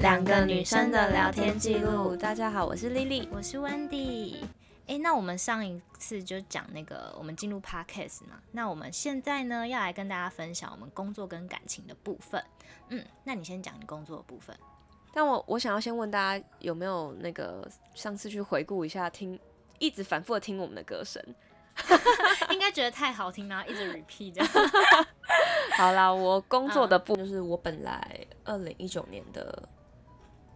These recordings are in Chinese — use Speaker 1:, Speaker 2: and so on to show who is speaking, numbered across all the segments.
Speaker 1: 两个女生的聊天记录。
Speaker 2: 大家好，我是 Lily。
Speaker 1: 我是 Wendy。哎，那我们上一次就讲那个我们进入 podcast 嘛，那我们现在呢要来跟大家分享我们工作跟感情的部分。嗯，那你先讲你工作的部 分。
Speaker 2: 但我我想要先问大家有没有那个上次去回顾一下听，一直反复的听我们的歌声。
Speaker 1: 应该觉得太好听，然后一直 repeat 这样。
Speaker 2: 好啦，我工作的部就是我本来二零一九年的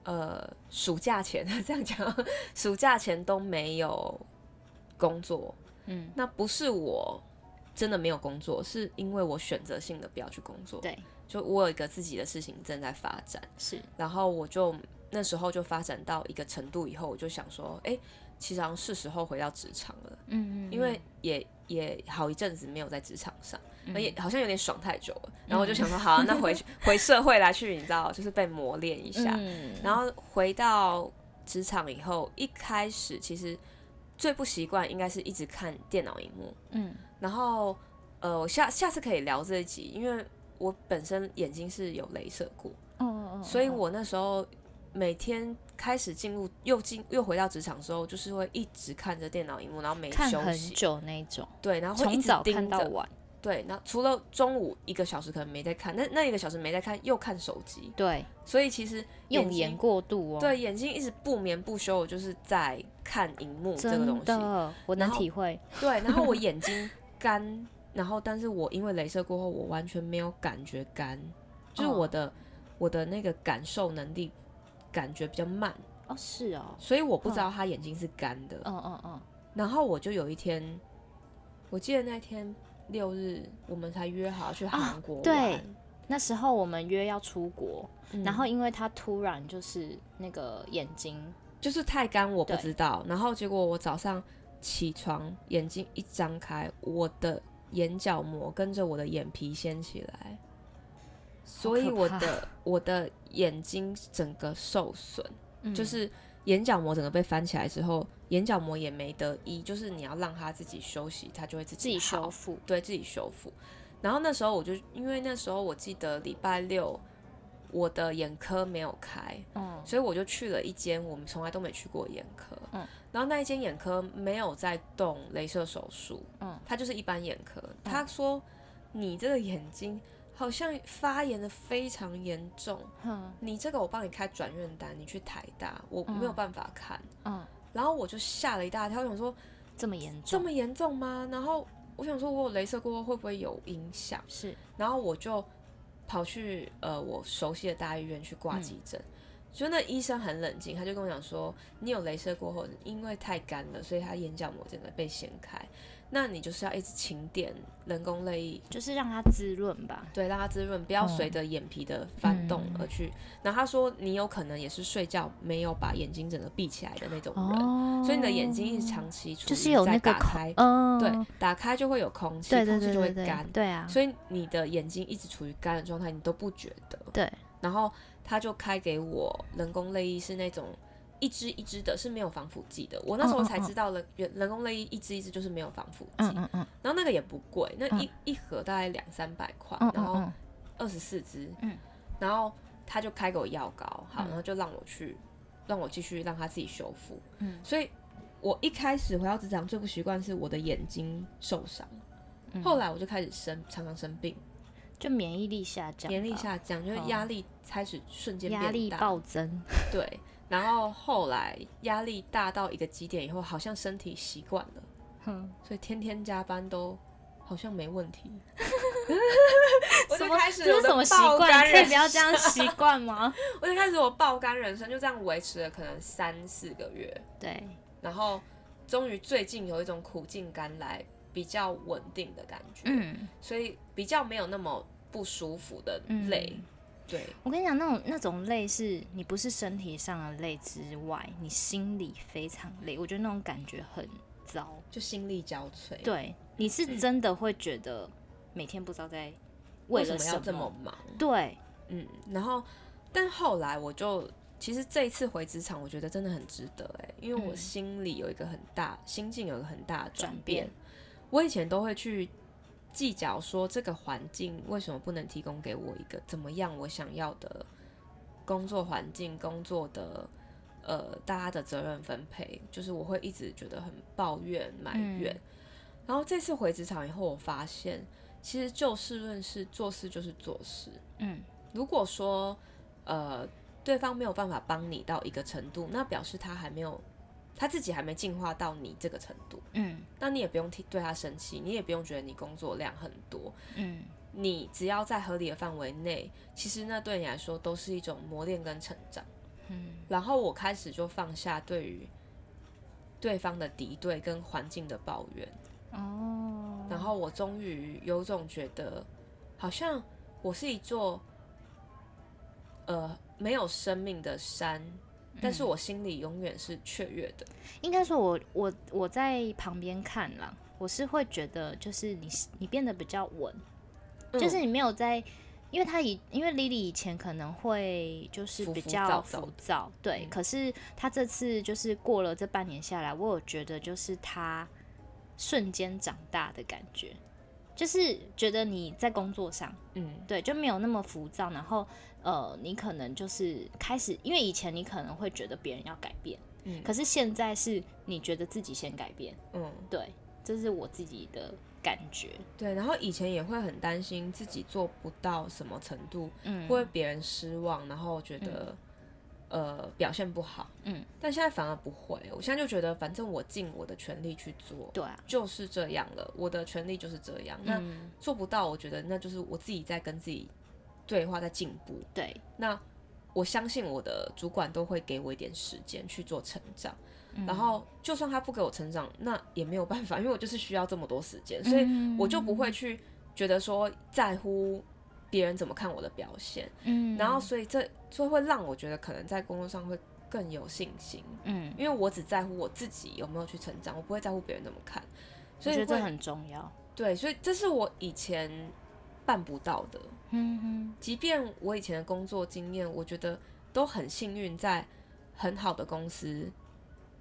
Speaker 2: 呃暑假前 这样讲，暑假前都没有工作。
Speaker 1: 嗯，
Speaker 2: 那不是我真的没有工作，是因为我选择性的不要去工作。
Speaker 1: 对，
Speaker 2: 就我有一个自己的事情正在发展。
Speaker 1: 是，
Speaker 2: 然后我就那时候就发展到一个程度以后，我就想说，哎、其实好像是时候回到职场了，
Speaker 1: 嗯嗯，
Speaker 2: 因为也也好一阵子没有在职场上，而也
Speaker 1: 嗯
Speaker 2: 好像有点爽太久了。然后我就想说，好、啊，那回去回社会来去，你知道，就是被磨练一下。
Speaker 1: 嗯
Speaker 2: 然后回到职场以后，一开始其实最不习惯应该是一直看电脑荧幕，
Speaker 1: 嗯
Speaker 2: 然后呃，我下下次可以聊这一集，因为我本身眼睛是有镭射过。
Speaker 1: 哦哦哦，
Speaker 2: 所以我那时候每天开始进入又进又回到职场之后，就是会一直看着电脑荧幕，然后没
Speaker 1: 看
Speaker 2: 休
Speaker 1: 很
Speaker 2: 息，
Speaker 1: 久那种，
Speaker 2: 对，然后会一
Speaker 1: 从
Speaker 2: 直
Speaker 1: 早看
Speaker 2: 盯
Speaker 1: 到
Speaker 2: 着，
Speaker 1: 晚。
Speaker 2: 对，然后除了中午一个小时可能没在看，那那一个小时没在看又看手机，
Speaker 1: 对，
Speaker 2: 所以其实
Speaker 1: 用
Speaker 2: 眼
Speaker 1: 眼
Speaker 2: 睛
Speaker 1: 过度哦。
Speaker 2: 对眼睛一直不眠不休，我就是在看荧幕这个东
Speaker 1: 真
Speaker 2: 西，
Speaker 1: 的，我
Speaker 2: 然
Speaker 1: 能
Speaker 2: 后
Speaker 1: 体会。
Speaker 2: 对，然后我眼睛干，然后但是我因为镭射过后，我完全没有感觉干，就是
Speaker 1: 哦
Speaker 2: 我的、我的那个感受能力感觉比较慢。
Speaker 1: 哦，是哦，
Speaker 2: 所以我不知道他眼睛是干的。
Speaker 1: 嗯嗯嗯，
Speaker 2: 然后我就有一天，我记得那天六日，我们才约好去韩国玩、
Speaker 1: 啊对那时候我们约要出国，
Speaker 2: 嗯
Speaker 1: 然后因为他突然就是那个眼睛，
Speaker 2: 就是太干，我不
Speaker 1: 对
Speaker 2: 知道。然后结果我早上起床，眼睛一张开，我的眼角膜跟着我的眼皮掀起来，所以我的我的眼睛整个受损。
Speaker 1: 嗯
Speaker 2: 就是眼角膜整个被翻起来之后，眼角膜也没得医，就是你要让它自己休息，它就会自
Speaker 1: 自己
Speaker 2: 好
Speaker 1: 修复。
Speaker 2: 对自己修复。然后那时候我就，因为那时候我记得礼拜六我的眼科没有开，
Speaker 1: 嗯
Speaker 2: 所以我就去了一间我们从来都没去过的眼科。
Speaker 1: 嗯
Speaker 2: 然后那一间眼科没有在动镭射手术，
Speaker 1: 嗯，
Speaker 2: 它就是一般眼科。他说你这个眼睛好像发炎的非常严重，
Speaker 1: 哼
Speaker 2: 你这个我帮你开转院单，你去台大，我没有办法看。
Speaker 1: 嗯，
Speaker 2: 然后我就吓了一大跳，我想说
Speaker 1: 这么严
Speaker 2: 这
Speaker 1: 重，
Speaker 2: 么严重吗？然后我想说，我有镭射过后会不会有影响？
Speaker 1: 是
Speaker 2: 然后我就跑去呃我熟悉的大医院去挂
Speaker 1: 嗯
Speaker 2: 急诊。就那医生很冷静，他就跟我讲说，你有镭射过后，因为太干了，所以他眼角膜整个被掀开，那你就是要一直勤点人工泪液，
Speaker 1: 就是让它滋润吧。
Speaker 2: 对，让它滋润，
Speaker 1: 哦
Speaker 2: 不要随着眼皮的翻动
Speaker 1: 嗯
Speaker 2: 而去。然后他说，你有可能也是睡觉没有把眼睛整个闭起来的那种人，
Speaker 1: 哦
Speaker 2: 所以你的眼睛一直长期处于
Speaker 1: 就是有那
Speaker 2: 在
Speaker 1: 个
Speaker 2: 打
Speaker 1: 孔
Speaker 2: 开，，
Speaker 1: 嗯，
Speaker 2: 对，打开就会有空气，
Speaker 1: 对对
Speaker 2: 空气
Speaker 1: 对
Speaker 2: 就会
Speaker 1: 对对
Speaker 2: 干，，
Speaker 1: 对啊，
Speaker 2: 所以你的眼睛一直处于干的状态，你都不觉得。
Speaker 1: 对，
Speaker 2: 然后他就开给我人工泪液，是那种一支一支的，是没有防腐剂的。我那时候
Speaker 1: 嗯嗯
Speaker 2: 才
Speaker 1: 嗯
Speaker 2: 知道人人工泪液一支一支就是没有防腐剂，
Speaker 1: 嗯嗯嗯
Speaker 2: 然后那个也不贵，那
Speaker 1: 嗯
Speaker 2: 一、一盒大概两三百块，
Speaker 1: 嗯
Speaker 2: 然
Speaker 1: 嗯
Speaker 2: 后
Speaker 1: 嗯，
Speaker 2: 二十四支，
Speaker 1: 嗯
Speaker 2: 然后他就开给我药膏，好，
Speaker 1: 嗯
Speaker 2: 然后就让我去，让我继续让他自己修复，
Speaker 1: 嗯
Speaker 2: 所以我一开始回到职场最不习惯是我的眼睛受伤，
Speaker 1: 嗯
Speaker 2: 后来我就开始生常常生病，
Speaker 1: 就免疫力下降吧，
Speaker 2: 年龄下降，就是
Speaker 1: 哦
Speaker 2: 压力开始瞬间
Speaker 1: 压力
Speaker 2: 变大，
Speaker 1: 暴增，
Speaker 2: 对，然后后来压力大到一个极点以后，好像身体习惯了，
Speaker 1: 哼，
Speaker 2: 所以天天加班都。好像没问 题， 我
Speaker 1: 什
Speaker 2: 就
Speaker 1: 么
Speaker 2: 开始
Speaker 1: 这
Speaker 2: 我
Speaker 1: 是
Speaker 2: 的
Speaker 1: 什么习
Speaker 2: 爆肝
Speaker 1: 惯？可以
Speaker 2: 人
Speaker 1: 不要 这样
Speaker 2: 生
Speaker 1: 习惯吗？
Speaker 2: 我就开始我爆肝人生，就这样维持了可能三四个月，
Speaker 1: 对，
Speaker 2: 然后终于最近有一种苦尽甘来，比较稳定的感觉，
Speaker 1: 嗯，
Speaker 2: 所以比较没有那么不舒服的累，
Speaker 1: 嗯
Speaker 2: 对
Speaker 1: 我跟你讲，那种那种累是你不是身体上的累之外，你心里非常累，我觉得那种感觉很糟。
Speaker 2: 就心力交瘁。
Speaker 1: 对，你
Speaker 2: 嗯
Speaker 1: 是真的会觉得每天不知道在
Speaker 2: 为
Speaker 1: 了
Speaker 2: 什么要这
Speaker 1: 么
Speaker 2: 么忙？
Speaker 1: 对，
Speaker 2: 嗯，然后但后来我就其实这一次回职场，我觉得真的很值得哎、因为我
Speaker 1: 嗯
Speaker 2: 心里有一个很大心境有一个很大的转
Speaker 1: 转
Speaker 2: 变
Speaker 1: 变。
Speaker 2: 我以前都会去计较说这个环境为什么不能提供给我一个怎么样我想要的工作环境、工作的呃大家的责任分配，就是我会一直觉得很抱怨、埋怨。然后这次回职场以后，我发现其实就事论事，做事就是做事。
Speaker 1: 嗯，
Speaker 2: 如果说呃对方没有办法帮你到一个程度，那表示他还没有他自己还没进化到你这个程度，
Speaker 1: 嗯
Speaker 2: 那你也不用替对他生气，你也不用觉得你工作量很多，
Speaker 1: 嗯
Speaker 2: 你只要在合理的范围内，其实那对你来说都是一种磨练跟成长。
Speaker 1: 嗯
Speaker 2: 然后我开始就放下对于对方的敌对跟环境的抱怨，
Speaker 1: 哦，
Speaker 2: 然后我终于有种觉得，好像我是一座呃没有生命的山，但
Speaker 1: 嗯
Speaker 2: 是我心里永远是雀跃的。
Speaker 1: 应该说我，我我在旁边看啦，我是会觉得，就是你你变得比较稳，
Speaker 2: 嗯
Speaker 1: 就是你没有在，因为他以因为 Lily 以前可能会就是
Speaker 2: 浮
Speaker 1: 比
Speaker 2: 浮
Speaker 1: 较
Speaker 2: 躁躁
Speaker 1: 浮
Speaker 2: 的嗯
Speaker 1: 躁，对，可是他这次就是过了这半年下来，我有觉得就是他瞬间长大的感觉，就是觉得你在工作上。
Speaker 2: 嗯
Speaker 1: 对，就没有那么浮躁。然后，呃，你可能就是开始，因为以前你可能会觉得别人要改变，
Speaker 2: 嗯
Speaker 1: 可是现在是你觉得自己先改变。
Speaker 2: 嗯，
Speaker 1: 对，这是我自己的感觉。
Speaker 2: 对。然后以前也会很担心自己做不到什么程度，
Speaker 1: 嗯，
Speaker 2: 会别人失望，然后觉得、呃表现不好。
Speaker 1: 嗯，
Speaker 2: 但现在反而不会，我现在就觉得反正我尽我的全力去做。
Speaker 1: 对啊，
Speaker 2: 就是这样了，我的权利就是这样。那
Speaker 1: 嗯，
Speaker 2: 做不到，我觉得那就是我自己在跟自己对话，在进步。
Speaker 1: 对，
Speaker 2: 那我相信我的主管都会给我一点时间去做成长，
Speaker 1: 嗯
Speaker 2: 然后就算他不给我成长，那也没有办法，因为我就是需要这么多时间，
Speaker 1: 嗯
Speaker 2: 所以我就不会去觉得说在乎别人怎么看我的表现，
Speaker 1: 嗯，
Speaker 2: 然后所以这就会让我觉得可能在工作上会更有信心，
Speaker 1: 嗯，
Speaker 2: 因为我只在乎我自己有没有去成长，我不会在乎别人怎么看，
Speaker 1: 我
Speaker 2: 所
Speaker 1: 觉
Speaker 2: 以
Speaker 1: 得这
Speaker 2: 会
Speaker 1: 很重要。
Speaker 2: 对，所以这是我以前办不到的，
Speaker 1: 嗯嗯
Speaker 2: 即便我以前的工作经验，我觉得都很幸运，在很好的公司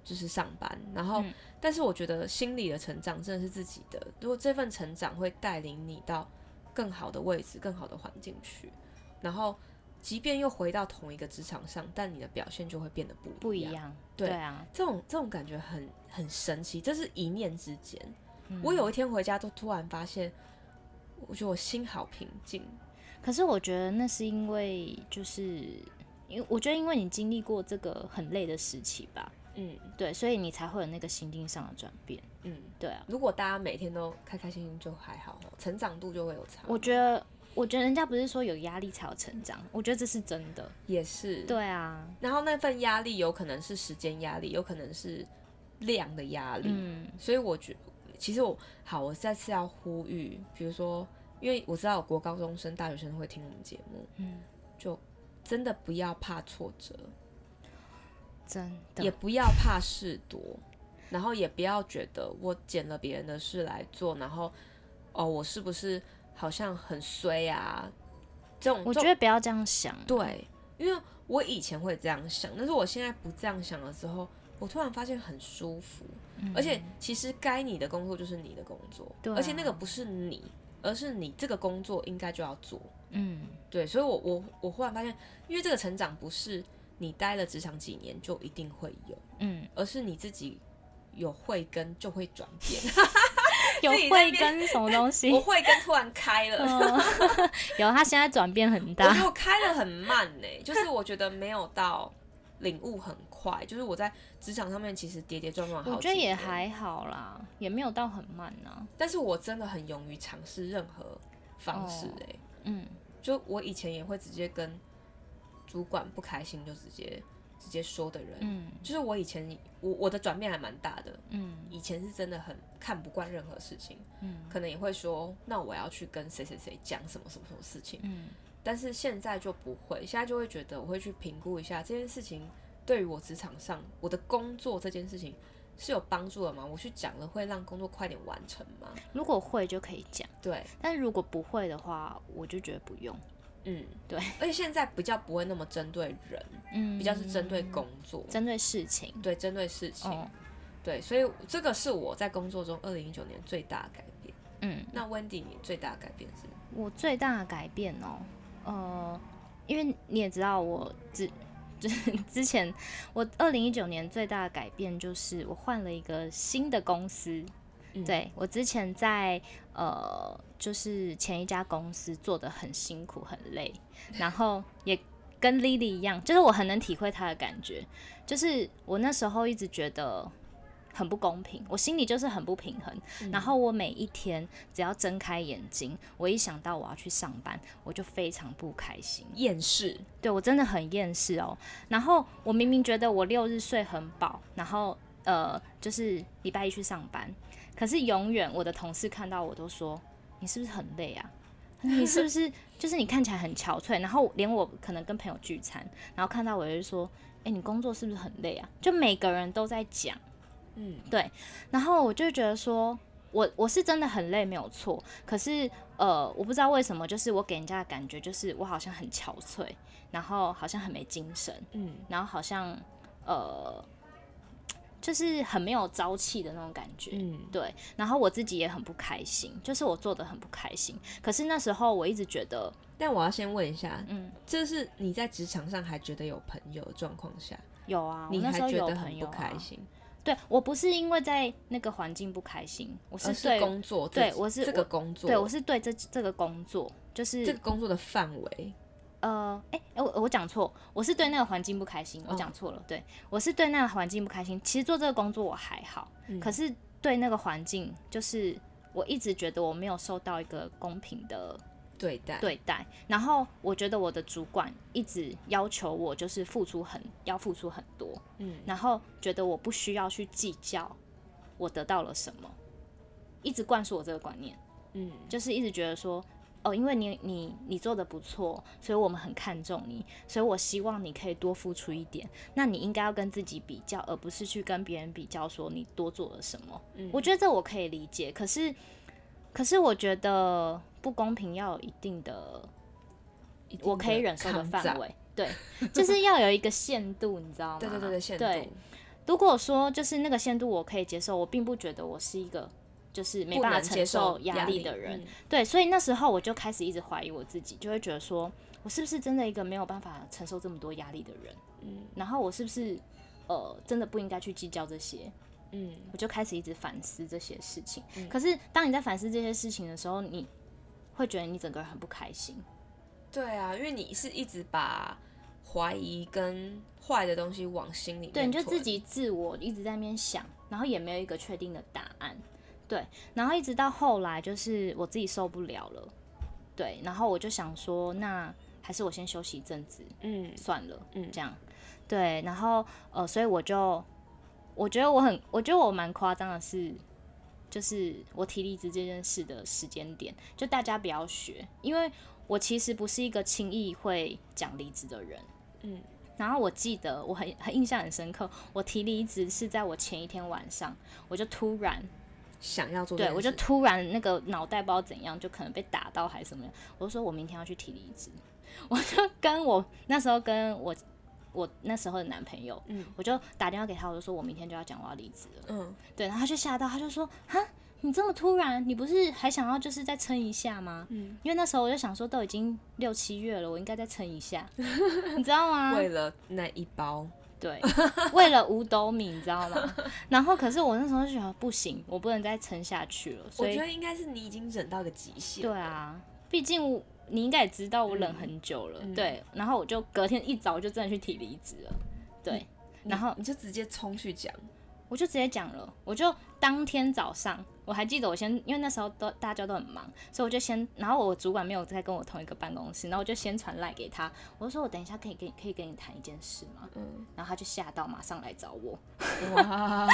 Speaker 2: 就是上班。然后，
Speaker 1: 嗯
Speaker 2: 但是我觉得心理的成长真的是自己的。如果这份成长会带领你到更好的位置、更好的环境去，然后即便又回到同一个职场上，但你的表现就会变得不
Speaker 1: 不
Speaker 2: 一
Speaker 1: 一
Speaker 2: 样。
Speaker 1: 样。
Speaker 2: 对
Speaker 1: 对啊，
Speaker 2: 这种这种感觉很很神奇，这是一念之间。
Speaker 1: 嗯
Speaker 2: 我有一天回家，都突然发现，我觉得我心好平静。
Speaker 1: 可是我觉得那是因为就是，因为我觉得因为你经历过这个很累的时期吧，
Speaker 2: 嗯
Speaker 1: 对，所以你才会有那个心境上的转变。
Speaker 2: 嗯。
Speaker 1: 对啊，
Speaker 2: 如果大家每天都开开心心，就还好哦，成长度就会有差。
Speaker 1: 我觉得，我觉得人家不是说有压力才有成长，我觉得这是真的。
Speaker 2: 也是。
Speaker 1: 对啊，
Speaker 2: 然后那份压力有可能是时间压力，有可能是量的压力。
Speaker 1: 嗯
Speaker 2: 所以我觉，其实我好，我再次要呼吁，比如说，因为我知道有国高中生、大学生会听我们节目，
Speaker 1: 嗯，
Speaker 2: 就真的不要怕挫折，
Speaker 1: 真的
Speaker 2: 也不要怕事多，然后也不要觉得我捡了别人的事来做，然后哦，我是不是好像很衰啊？这种
Speaker 1: 我
Speaker 2: 这
Speaker 1: 觉
Speaker 2: 种
Speaker 1: 得不要这样想。
Speaker 2: 对，因为我以前会这样想，但是我现在不这样想的时候，我突然发现很舒服，而且其实该你的工作就是你的工作，
Speaker 1: 嗯对啊
Speaker 2: 而且那个不是你，而是你这个工作应该就要做。
Speaker 1: 嗯，
Speaker 2: 对，所以我我我忽然发现，因为这个成长不是你待了职场几年就一定会有，
Speaker 1: 嗯，
Speaker 2: 而是你自己有慧根就会转变，
Speaker 1: 有
Speaker 2: 自己在
Speaker 1: 慧
Speaker 2: 那边
Speaker 1: 根什么东西
Speaker 2: 我？慧根突然开了。
Speaker 1: 嗯 有，他现在转变很
Speaker 2: 我觉
Speaker 1: 大。
Speaker 2: 得我开的很慢呢、 就是我觉得没有到领悟很快，就是我在职场上面其实跌跌撞撞好，
Speaker 1: 我觉得也，还好啦，也没有到很慢啊呢、
Speaker 2: 但是我真的很勇于尝试任何方式
Speaker 1: 哦
Speaker 2: 哎、
Speaker 1: 嗯，
Speaker 2: 就我以前也会直接跟主管不开心就直接直接说的人，
Speaker 1: 嗯
Speaker 2: 就是我以前我我的转变还蛮大的，
Speaker 1: 嗯
Speaker 2: 以前是真的很看不惯任何事情，
Speaker 1: 嗯
Speaker 2: 可能也会说那我要去跟谁谁谁讲什么什么什么事情，
Speaker 1: 嗯
Speaker 2: 但是现在就不会，现在就会觉得我会去评估一下这件事情对于我职场上我的工作这件事情是有帮助的吗？我去讲了会让工作快点完成吗？
Speaker 1: 如果会就可以讲，
Speaker 2: 对，
Speaker 1: 但是如果不会的话，我就觉得不用。
Speaker 2: 嗯，
Speaker 1: 对，
Speaker 2: 而且现在比较不会那么针对人，
Speaker 1: 嗯，
Speaker 2: 比较是针对工作，
Speaker 1: 针对事情。
Speaker 2: 对，针对事情，
Speaker 1: 哦，
Speaker 2: 对，所以这个是我在工作中二零一九年最大的改变。
Speaker 1: 嗯，
Speaker 2: 那 Wendy，你最大的改变是？
Speaker 1: 我最大的改变哦，呃，因为你也知道我之之 之前，我二零一九年最大的改变就是我换了一个新的公司。
Speaker 2: 嗯
Speaker 1: 对我之前在呃，就是前一家公司做的很辛苦很累，然后也跟 Lily 一样，就是我很能体会她的感觉。就是我那时候一直觉得很不公平，我心里就是很不平衡。然后我每一天只要睁开眼睛，我一想到我要去上班，我就非常不开心。
Speaker 2: 厌世，
Speaker 1: 对我真的很厌世哦。然后我明明觉得我六日睡很饱，然后呃，就是礼拜一去上班，可是永远我的同事看到我都说：“你是不是很累啊？ 你是不是就是你看起来很憔悴？”然后连我可能跟朋友聚餐，然后看到我就说：“哎、你工作是不是很累啊？”就每个人都在讲。
Speaker 2: 嗯，
Speaker 1: 然后我就觉得说，我我是真的很累，没有错。可是呃，我不知道为什么，就是我给人家的感觉就是我好像很憔悴，然后好像很没精神，
Speaker 2: 嗯，
Speaker 1: 然后好像呃，就是很没有朝气的那种感觉。
Speaker 2: 嗯，
Speaker 1: 对，然后我自己也很不开心，就是我做的很不开心。可是那时候我一直觉得，
Speaker 2: 但我要先问一下，
Speaker 1: 嗯，
Speaker 2: 这是你在职场上还觉得有朋友的状况下，
Speaker 1: 有啊，我
Speaker 2: 你
Speaker 1: 那
Speaker 2: 还
Speaker 1: 时候
Speaker 2: 觉
Speaker 1: 有
Speaker 2: 得
Speaker 1: 朋
Speaker 2: 很
Speaker 1: 友、
Speaker 2: 不
Speaker 1: 啊、
Speaker 2: 开。心，
Speaker 1: 对我不是因为在那个环境不开心，我
Speaker 2: 而哦是
Speaker 1: 对
Speaker 2: 工作这，
Speaker 1: 对我是
Speaker 2: 这个工作，
Speaker 1: 对我是对这这个工作，就是
Speaker 2: 这个工作的范围，
Speaker 1: 呃，哎、哎我我讲错，我是对那个环境不开心，我
Speaker 2: 哦
Speaker 1: 讲错了，对我是对那个环境不开心。其实做这个工作我还好，
Speaker 2: 嗯
Speaker 1: 可是对那个环境，就是我一直觉得我没有受到一个公平的
Speaker 2: 对待，
Speaker 1: 对待，然后我觉得我的主管一直要求我就是付出很要付出很多，
Speaker 2: 嗯，
Speaker 1: 然后觉得我不需要去计较我得到了什么，一直灌输我这个观念。
Speaker 2: 嗯，
Speaker 1: 就是一直觉得说，哦，因为你你你做的不错，所以我们很看重你，所以我希望你可以多付出一点。那你应该要跟自己比较，而不是去跟别人比较，说你多做了什么。
Speaker 2: 嗯
Speaker 1: 我觉得这我可以理解，可是可是我觉得不公平要有一定的
Speaker 2: 一定
Speaker 1: 我可以
Speaker 2: 的
Speaker 1: 忍受的
Speaker 2: 抗
Speaker 1: 范
Speaker 2: 战，
Speaker 1: 围，对，就是要有一个限度，你知道吗？
Speaker 2: 对对对对，限
Speaker 1: 对
Speaker 2: 度，
Speaker 1: 如果说就是那个限度我可以接受，我并不觉得我是一个就是没
Speaker 2: 不
Speaker 1: 办法
Speaker 2: 能
Speaker 1: 承
Speaker 2: 接
Speaker 1: 受
Speaker 2: 受
Speaker 1: 压力
Speaker 2: 力
Speaker 1: 的人
Speaker 2: 嗯，
Speaker 1: 对，所以那时候我就开始一直怀疑我自己，就会觉得说我是不是真的一个没有办法承受这么多压力的人，
Speaker 2: 嗯
Speaker 1: 然后我是不是呃真的不应该去计较这些，
Speaker 2: 嗯，
Speaker 1: 我就开始一直反思这些事情。
Speaker 2: 嗯
Speaker 1: 可是当你在反思这些事情的时候，你会觉得你整个人很不开心，
Speaker 2: 对啊，因为你是一直把怀疑跟坏的东西往心里面
Speaker 1: 对，
Speaker 2: 吞，
Speaker 1: 你就自己自我一直在那边想，然后也没有一个确定的答案，对，然后一直到后来就是我自己受不了了，对，然后我就想说，那还是我先休息一阵子
Speaker 2: 嗯
Speaker 1: 算了，
Speaker 2: 嗯
Speaker 1: 这样，对，然后呃，所以我就我觉得我很，我觉得我蛮夸张的是。就是我提离职这件事的时间点，就大家不要学，因为我其实不是一个轻易会讲离职的人，
Speaker 2: 嗯
Speaker 1: 然后我记得我很很印象很深刻，我提离职是在我前一天晚上，我就突然
Speaker 2: 想要做这
Speaker 1: 对
Speaker 2: 件
Speaker 1: 我就
Speaker 2: 事
Speaker 1: 突然那个脑袋不知道怎样，就可能被打到还是什么样，我就说我明天要去提离职， 我就跟我那时候跟我我那时候的男朋友，
Speaker 2: 嗯
Speaker 1: 我就打电话给他，我就说我明天就要讲我要离职了，
Speaker 2: 嗯
Speaker 1: 对，然后他就吓到，他就说哈。你这么突然，你不是还想要就是再撑一下吗？
Speaker 2: 嗯
Speaker 1: 因为那时候我就想说，都已经六七月了，我应该再撑 一下，你知道吗？
Speaker 2: 为了那一包，
Speaker 1: 对，为了五斗米，你知道吗？ 然后可是我那时候就觉得不行，我不能再撑下去了，
Speaker 2: 我
Speaker 1: 所
Speaker 2: 觉
Speaker 1: 以
Speaker 2: 得应该是你已经忍到一个极限。
Speaker 1: 对，啊，毕竟我你应该也知道我忍很久了，
Speaker 2: 嗯嗯
Speaker 1: 对，然后我就隔天一早就真的去提离职了，对，
Speaker 2: 你
Speaker 1: 然后
Speaker 2: 你就直接冲去讲，
Speaker 1: 我就直接讲了，我就当天早上，我还记得我先，因为那时候都大家都很忙，所以我就先，然后我主管没有在跟我同一个办公室，然后我就先传赖给他，我就说我等一下可以跟可以跟你谈一件事吗？
Speaker 2: 嗯，
Speaker 1: 然后他就吓到，马上来找我，
Speaker 2: 哇，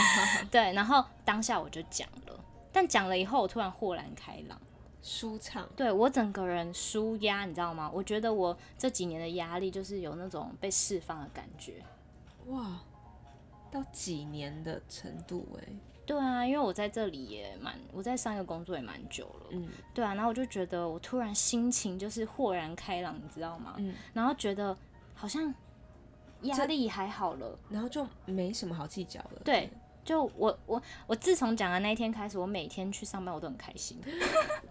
Speaker 1: 对，然后当下我就讲了，但讲了以后，我突然豁然开朗，
Speaker 2: 舒畅，
Speaker 1: 对我整个人舒压，你知道吗？我觉得我这几年的压力就是有那种被释放的感觉。
Speaker 2: 哇，到几年的程度哎、
Speaker 1: 对啊，因为我在这里也蛮，我在上一个工作也蛮久了，
Speaker 2: 嗯
Speaker 1: 对啊，然后我就觉得我突然心情就是豁然开朗，你知道吗？
Speaker 2: 嗯，
Speaker 1: 然后觉得好像压
Speaker 2: 这
Speaker 1: 力还好了。
Speaker 2: 然后就没什么好计较了。
Speaker 1: 对，就我我我自从讲的那一天开始，我每天去上班我都很开心。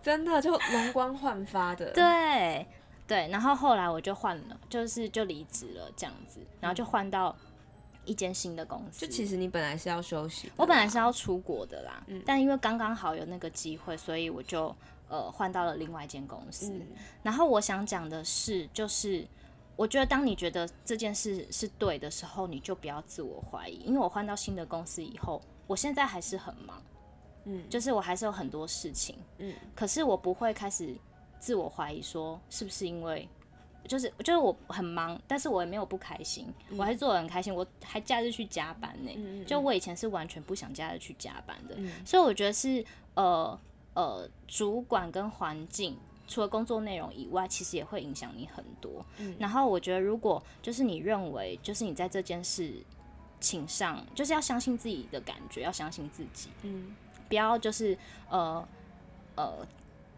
Speaker 2: 真的就容光焕发的。，
Speaker 1: 对，对，然后后来我就换了，就是就离职了这样子，然后就换到一间新的公司。
Speaker 2: 就其实你本来是要休息的啦，
Speaker 1: 我本来是要出国的啦，
Speaker 2: 嗯
Speaker 1: 但因为刚刚好有那个机会，所以我就呃换到了另外一间公司。
Speaker 2: 嗯
Speaker 1: 然后我想讲的是，就是呃我觉得当你觉得这件事是对的时候，你就不要自我怀疑。因为我换到新的公司以后，我现在还是很忙，
Speaker 2: 嗯
Speaker 1: 就是我还是有很多事情，
Speaker 2: 嗯，
Speaker 1: 可是我不会开始自我怀疑说是不是因为。就是就是我很忙，但是我也没有不开心，我还是做的很开心，我还假日去加班呢、
Speaker 2: 嗯嗯
Speaker 1: 就我以前是完全不想假日去加班的，所以我觉得是呃呃，主管跟环境。除了工作内容以外，其实也会影响你很多。
Speaker 2: 嗯
Speaker 1: 然后我觉得，如果就是你认为，就是你在这件事情上，就是要相信自己的感觉，要相信自己，
Speaker 2: 嗯
Speaker 1: 不要就是呃呃，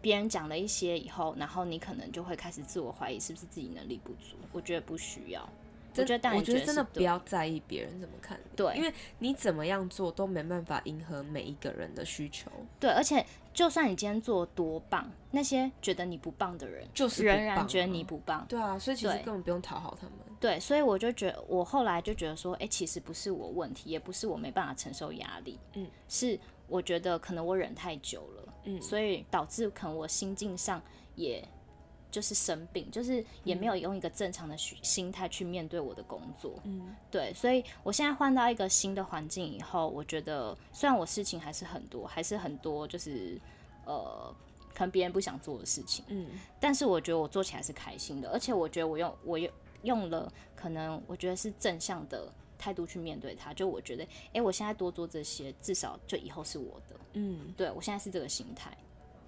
Speaker 1: 别人讲了一些以后，然后你可能就会开始自我怀疑，是不是自己能力不足？我觉得不需要。我觉得当然
Speaker 2: 我觉得
Speaker 1: 是
Speaker 2: 真的
Speaker 1: 对
Speaker 2: 不要在意别人怎么看你，
Speaker 1: 对
Speaker 2: 因为你怎么样做都没办法迎合每一个人的需求，
Speaker 1: 对，而且就算你今天做得多棒，那些觉得你不棒的人，
Speaker 2: 就是不
Speaker 1: 仍然
Speaker 2: 棒
Speaker 1: 觉得
Speaker 2: 啊
Speaker 1: 你不棒。
Speaker 2: 对啊，所以其实
Speaker 1: 对
Speaker 2: 根本不用讨好他们，
Speaker 1: 对，所以我就觉得，我后来就觉得说，哎、其实不是我问题，也不是我没办法承受压力，
Speaker 2: 嗯，
Speaker 1: 是我觉得可能我忍太久了，
Speaker 2: 嗯
Speaker 1: 所以导致可能我心境上也就是生病，就是也没有用一个正常的心心态去面对我的工作，
Speaker 2: 嗯
Speaker 1: 对，所以我现在换到一个新的环境以后，我觉得虽然我事情还是很多，还是很多，就是呃，可能别人不想做的事情，
Speaker 2: 嗯
Speaker 1: 但是我觉得我做起来是开心的，而且我觉得我用我用用了，可能我觉得是正向的态度去面对它。就我觉得，诶，我现在多做这些，至少就以后是我的。
Speaker 2: 嗯，
Speaker 1: 对我现在是这个心态。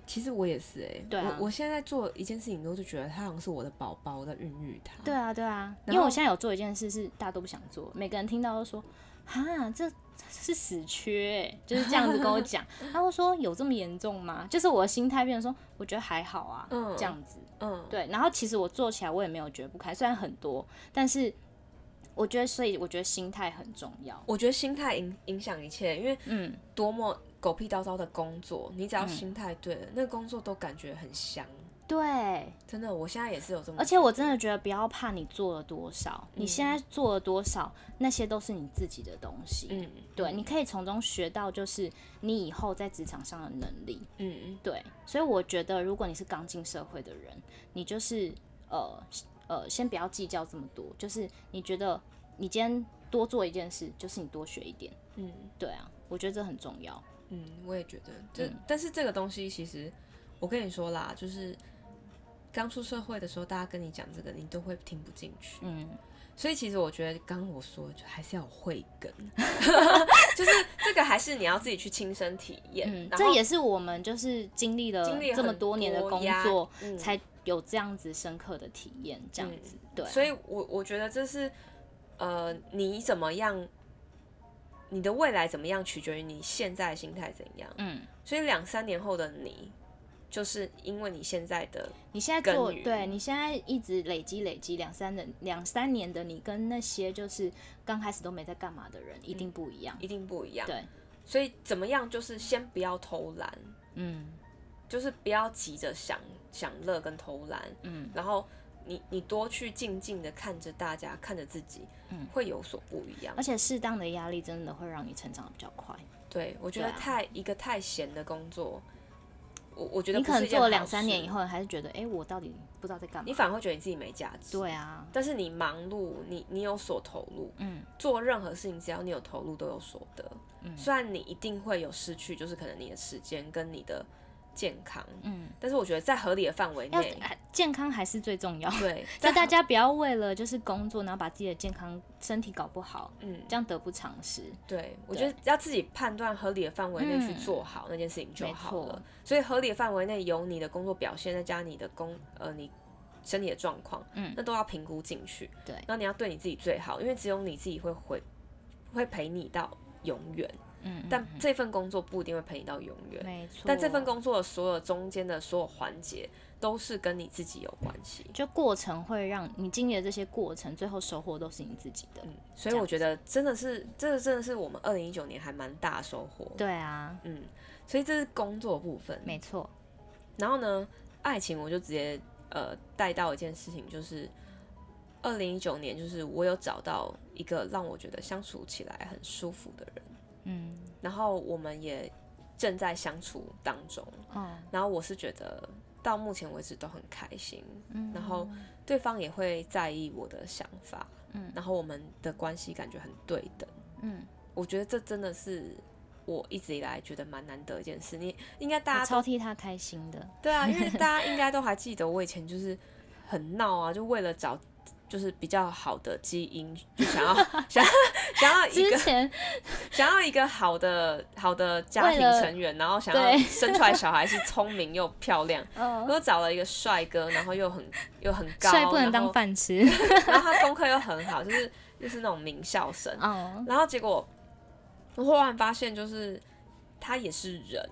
Speaker 2: 其实我也是哎、
Speaker 1: 对啊
Speaker 2: 我我现在做一件事情，我就觉得他好像是我的宝宝，我在孕育他，
Speaker 1: 对啊，对啊，因
Speaker 2: 然
Speaker 1: 为我
Speaker 2: 后
Speaker 1: 现在有做一件事是大家都不想做，每个人听到都说，哈，这是死缺、欸，就是这样子跟 我讲。他会说有这么严重吗？就是我的心态变成说，我觉得还好啊，
Speaker 2: 嗯
Speaker 1: 这样子。
Speaker 2: 嗯，
Speaker 1: 对，然后其实我做起来我也没有觉得不开，虽然很多，但是我觉得，所以我觉得心态很重要。
Speaker 2: 我觉得心态影影响一切，因为
Speaker 1: 嗯，
Speaker 2: 多么狗屁叨叨的工作，你只要心态对了，那个工作都感觉很香。
Speaker 1: 对，
Speaker 2: 真的，我现在也是有这么，
Speaker 1: 而且我真的觉得不要怕你做了多少，
Speaker 2: 嗯
Speaker 1: 你现在做了多少，那些都是你自己的东西。
Speaker 2: 嗯
Speaker 1: 对，你可以从中学到就是你以后在职场上的能力。
Speaker 2: 嗯
Speaker 1: 对，所以我觉得如果你是刚进社会的人，你就是呃呃，先不要计较这么多，就是你觉得你今天多做一件事，就是你多学一点。
Speaker 2: 嗯
Speaker 1: 对啊，我觉得这很重要。
Speaker 2: 嗯，我也觉得，就、
Speaker 1: 嗯
Speaker 2: 但是这个东西其实，我跟你说啦，就是刚出社会的时候，大家跟你讲这个，你都会听不进去。
Speaker 1: 嗯，
Speaker 2: 所以其实我觉得，刚刚我说的，就还是要有慧 根，就是这个还是你要自己去亲身体验。
Speaker 1: 嗯，
Speaker 2: 然后
Speaker 1: 这也是我们就是经历了
Speaker 2: 经历
Speaker 1: 这么
Speaker 2: 很
Speaker 1: 多年的
Speaker 2: 多
Speaker 1: 工
Speaker 2: 压
Speaker 1: 作，
Speaker 2: 嗯
Speaker 1: 才有这样子深刻的体验，这样子。对啊，
Speaker 2: 嗯所以我我觉得这是，呃，你怎么样，你的未来怎么样，取决于你现在的心态怎样。
Speaker 1: 嗯，
Speaker 2: 所以两三年后的你，就是因为你现在的，
Speaker 1: 你现在做，
Speaker 2: 耕耘
Speaker 1: 对你现在一直累积累积两三年两三年的你，跟那些就是刚开始都没在干嘛的人，一定不一样。
Speaker 2: 一定不一样。
Speaker 1: 对，
Speaker 2: 所以怎么样，就是先不要偷懒，
Speaker 1: 嗯
Speaker 2: 就是不要急着享享乐跟偷懒，
Speaker 1: 嗯，
Speaker 2: 然后你你多去静静的看着大家，看着自己，
Speaker 1: 嗯
Speaker 2: 会有所不一样
Speaker 1: 而。且适当的压力真的会让你成长的比较快。
Speaker 2: 对我觉得
Speaker 1: 对啊
Speaker 2: 太、一个太闲的工作。我我觉得
Speaker 1: 你
Speaker 2: 不
Speaker 1: 可能
Speaker 2: 是一件
Speaker 1: 做了两
Speaker 2: 好
Speaker 1: 三
Speaker 2: 事
Speaker 1: 年以后，还是觉得，哎、我到底不知道在干
Speaker 2: 你
Speaker 1: 嘛。
Speaker 2: 反而会觉得你自己没价值。，
Speaker 1: 对啊，
Speaker 2: 但是你忙碌，你你有所投入，
Speaker 1: 嗯，
Speaker 2: 做任何事情只要你有投入，都有所得。嗯，虽然你一定会有失去，就是可能你的时间跟你的健康，
Speaker 1: 嗯，
Speaker 2: 但是我觉得在合理的范围
Speaker 1: 要
Speaker 2: 内，
Speaker 1: 啊健康还是最 重要。
Speaker 2: 对，
Speaker 1: 所
Speaker 2: 在
Speaker 1: 以大家不要为了就是工作，然后把自己的健康身体搞不好，
Speaker 2: 嗯，
Speaker 1: 这样得不偿失。
Speaker 2: 对，我觉得要自己判断合理的范围内去做好那件事情就好
Speaker 1: 嗯没
Speaker 2: 了
Speaker 1: 错。
Speaker 2: 所以合理的范围内有你的工作表现，再加你的工呃你身体的状况，
Speaker 1: 嗯
Speaker 2: 那都要评估进去。
Speaker 1: 对
Speaker 2: 然后你要对你自己最好，因为只有你自己会回会陪你到永远，
Speaker 1: 嗯，
Speaker 2: 但这份工作不一定会陪你到永远。
Speaker 1: 没错。
Speaker 2: 但这份工作的所有中间的所有环节，都是跟你自己有关系。
Speaker 1: 就过程会让你经历的这些过程，最后收获都是你自己的。
Speaker 2: 嗯，所以我觉得真的是，这真的是我们二零一九年还蛮大的收获。
Speaker 1: 对啊，
Speaker 2: 嗯，所以这是工作部分。
Speaker 1: 没错。
Speaker 2: 然后呢，爱情我就直接呃带到一件事情，就是二零一九年，就是我有找到一个让我觉得相处起来很舒服的人，
Speaker 1: 嗯，
Speaker 2: 然后我们也正在相处当中，
Speaker 1: 哦，
Speaker 2: 然后我是觉得到目前为止都很开心，
Speaker 1: 嗯，
Speaker 2: 然后对方也会在意我的想法，
Speaker 1: 嗯
Speaker 2: 然后我们的关系感觉很对等，
Speaker 1: 嗯，
Speaker 2: 我觉得这真的是。我一直以来觉得蛮难得一件事，你应该大
Speaker 1: 我
Speaker 2: 家都
Speaker 1: 超替他开心的，
Speaker 2: 对 啊，因为大家应该都还记得我以前就是很闹啊，就为了找就是比较好的基因，就想 要 想要想要一
Speaker 1: 之
Speaker 2: 个
Speaker 1: 前
Speaker 2: 想要一个好的好的家庭
Speaker 1: 为了
Speaker 2: 成员，然后想要
Speaker 1: 对
Speaker 2: 生出来小孩是聪明又漂亮，
Speaker 1: 嗯，
Speaker 2: 又找了一个帅哥，然后又很又很高，
Speaker 1: 帅不能
Speaker 2: 然
Speaker 1: 当
Speaker 2: 后
Speaker 1: 饭吃，
Speaker 2: 然后他功课又很好，就是就是那种名校生，
Speaker 1: 哦，
Speaker 2: 然后结果我忽然发现，就是他也是人，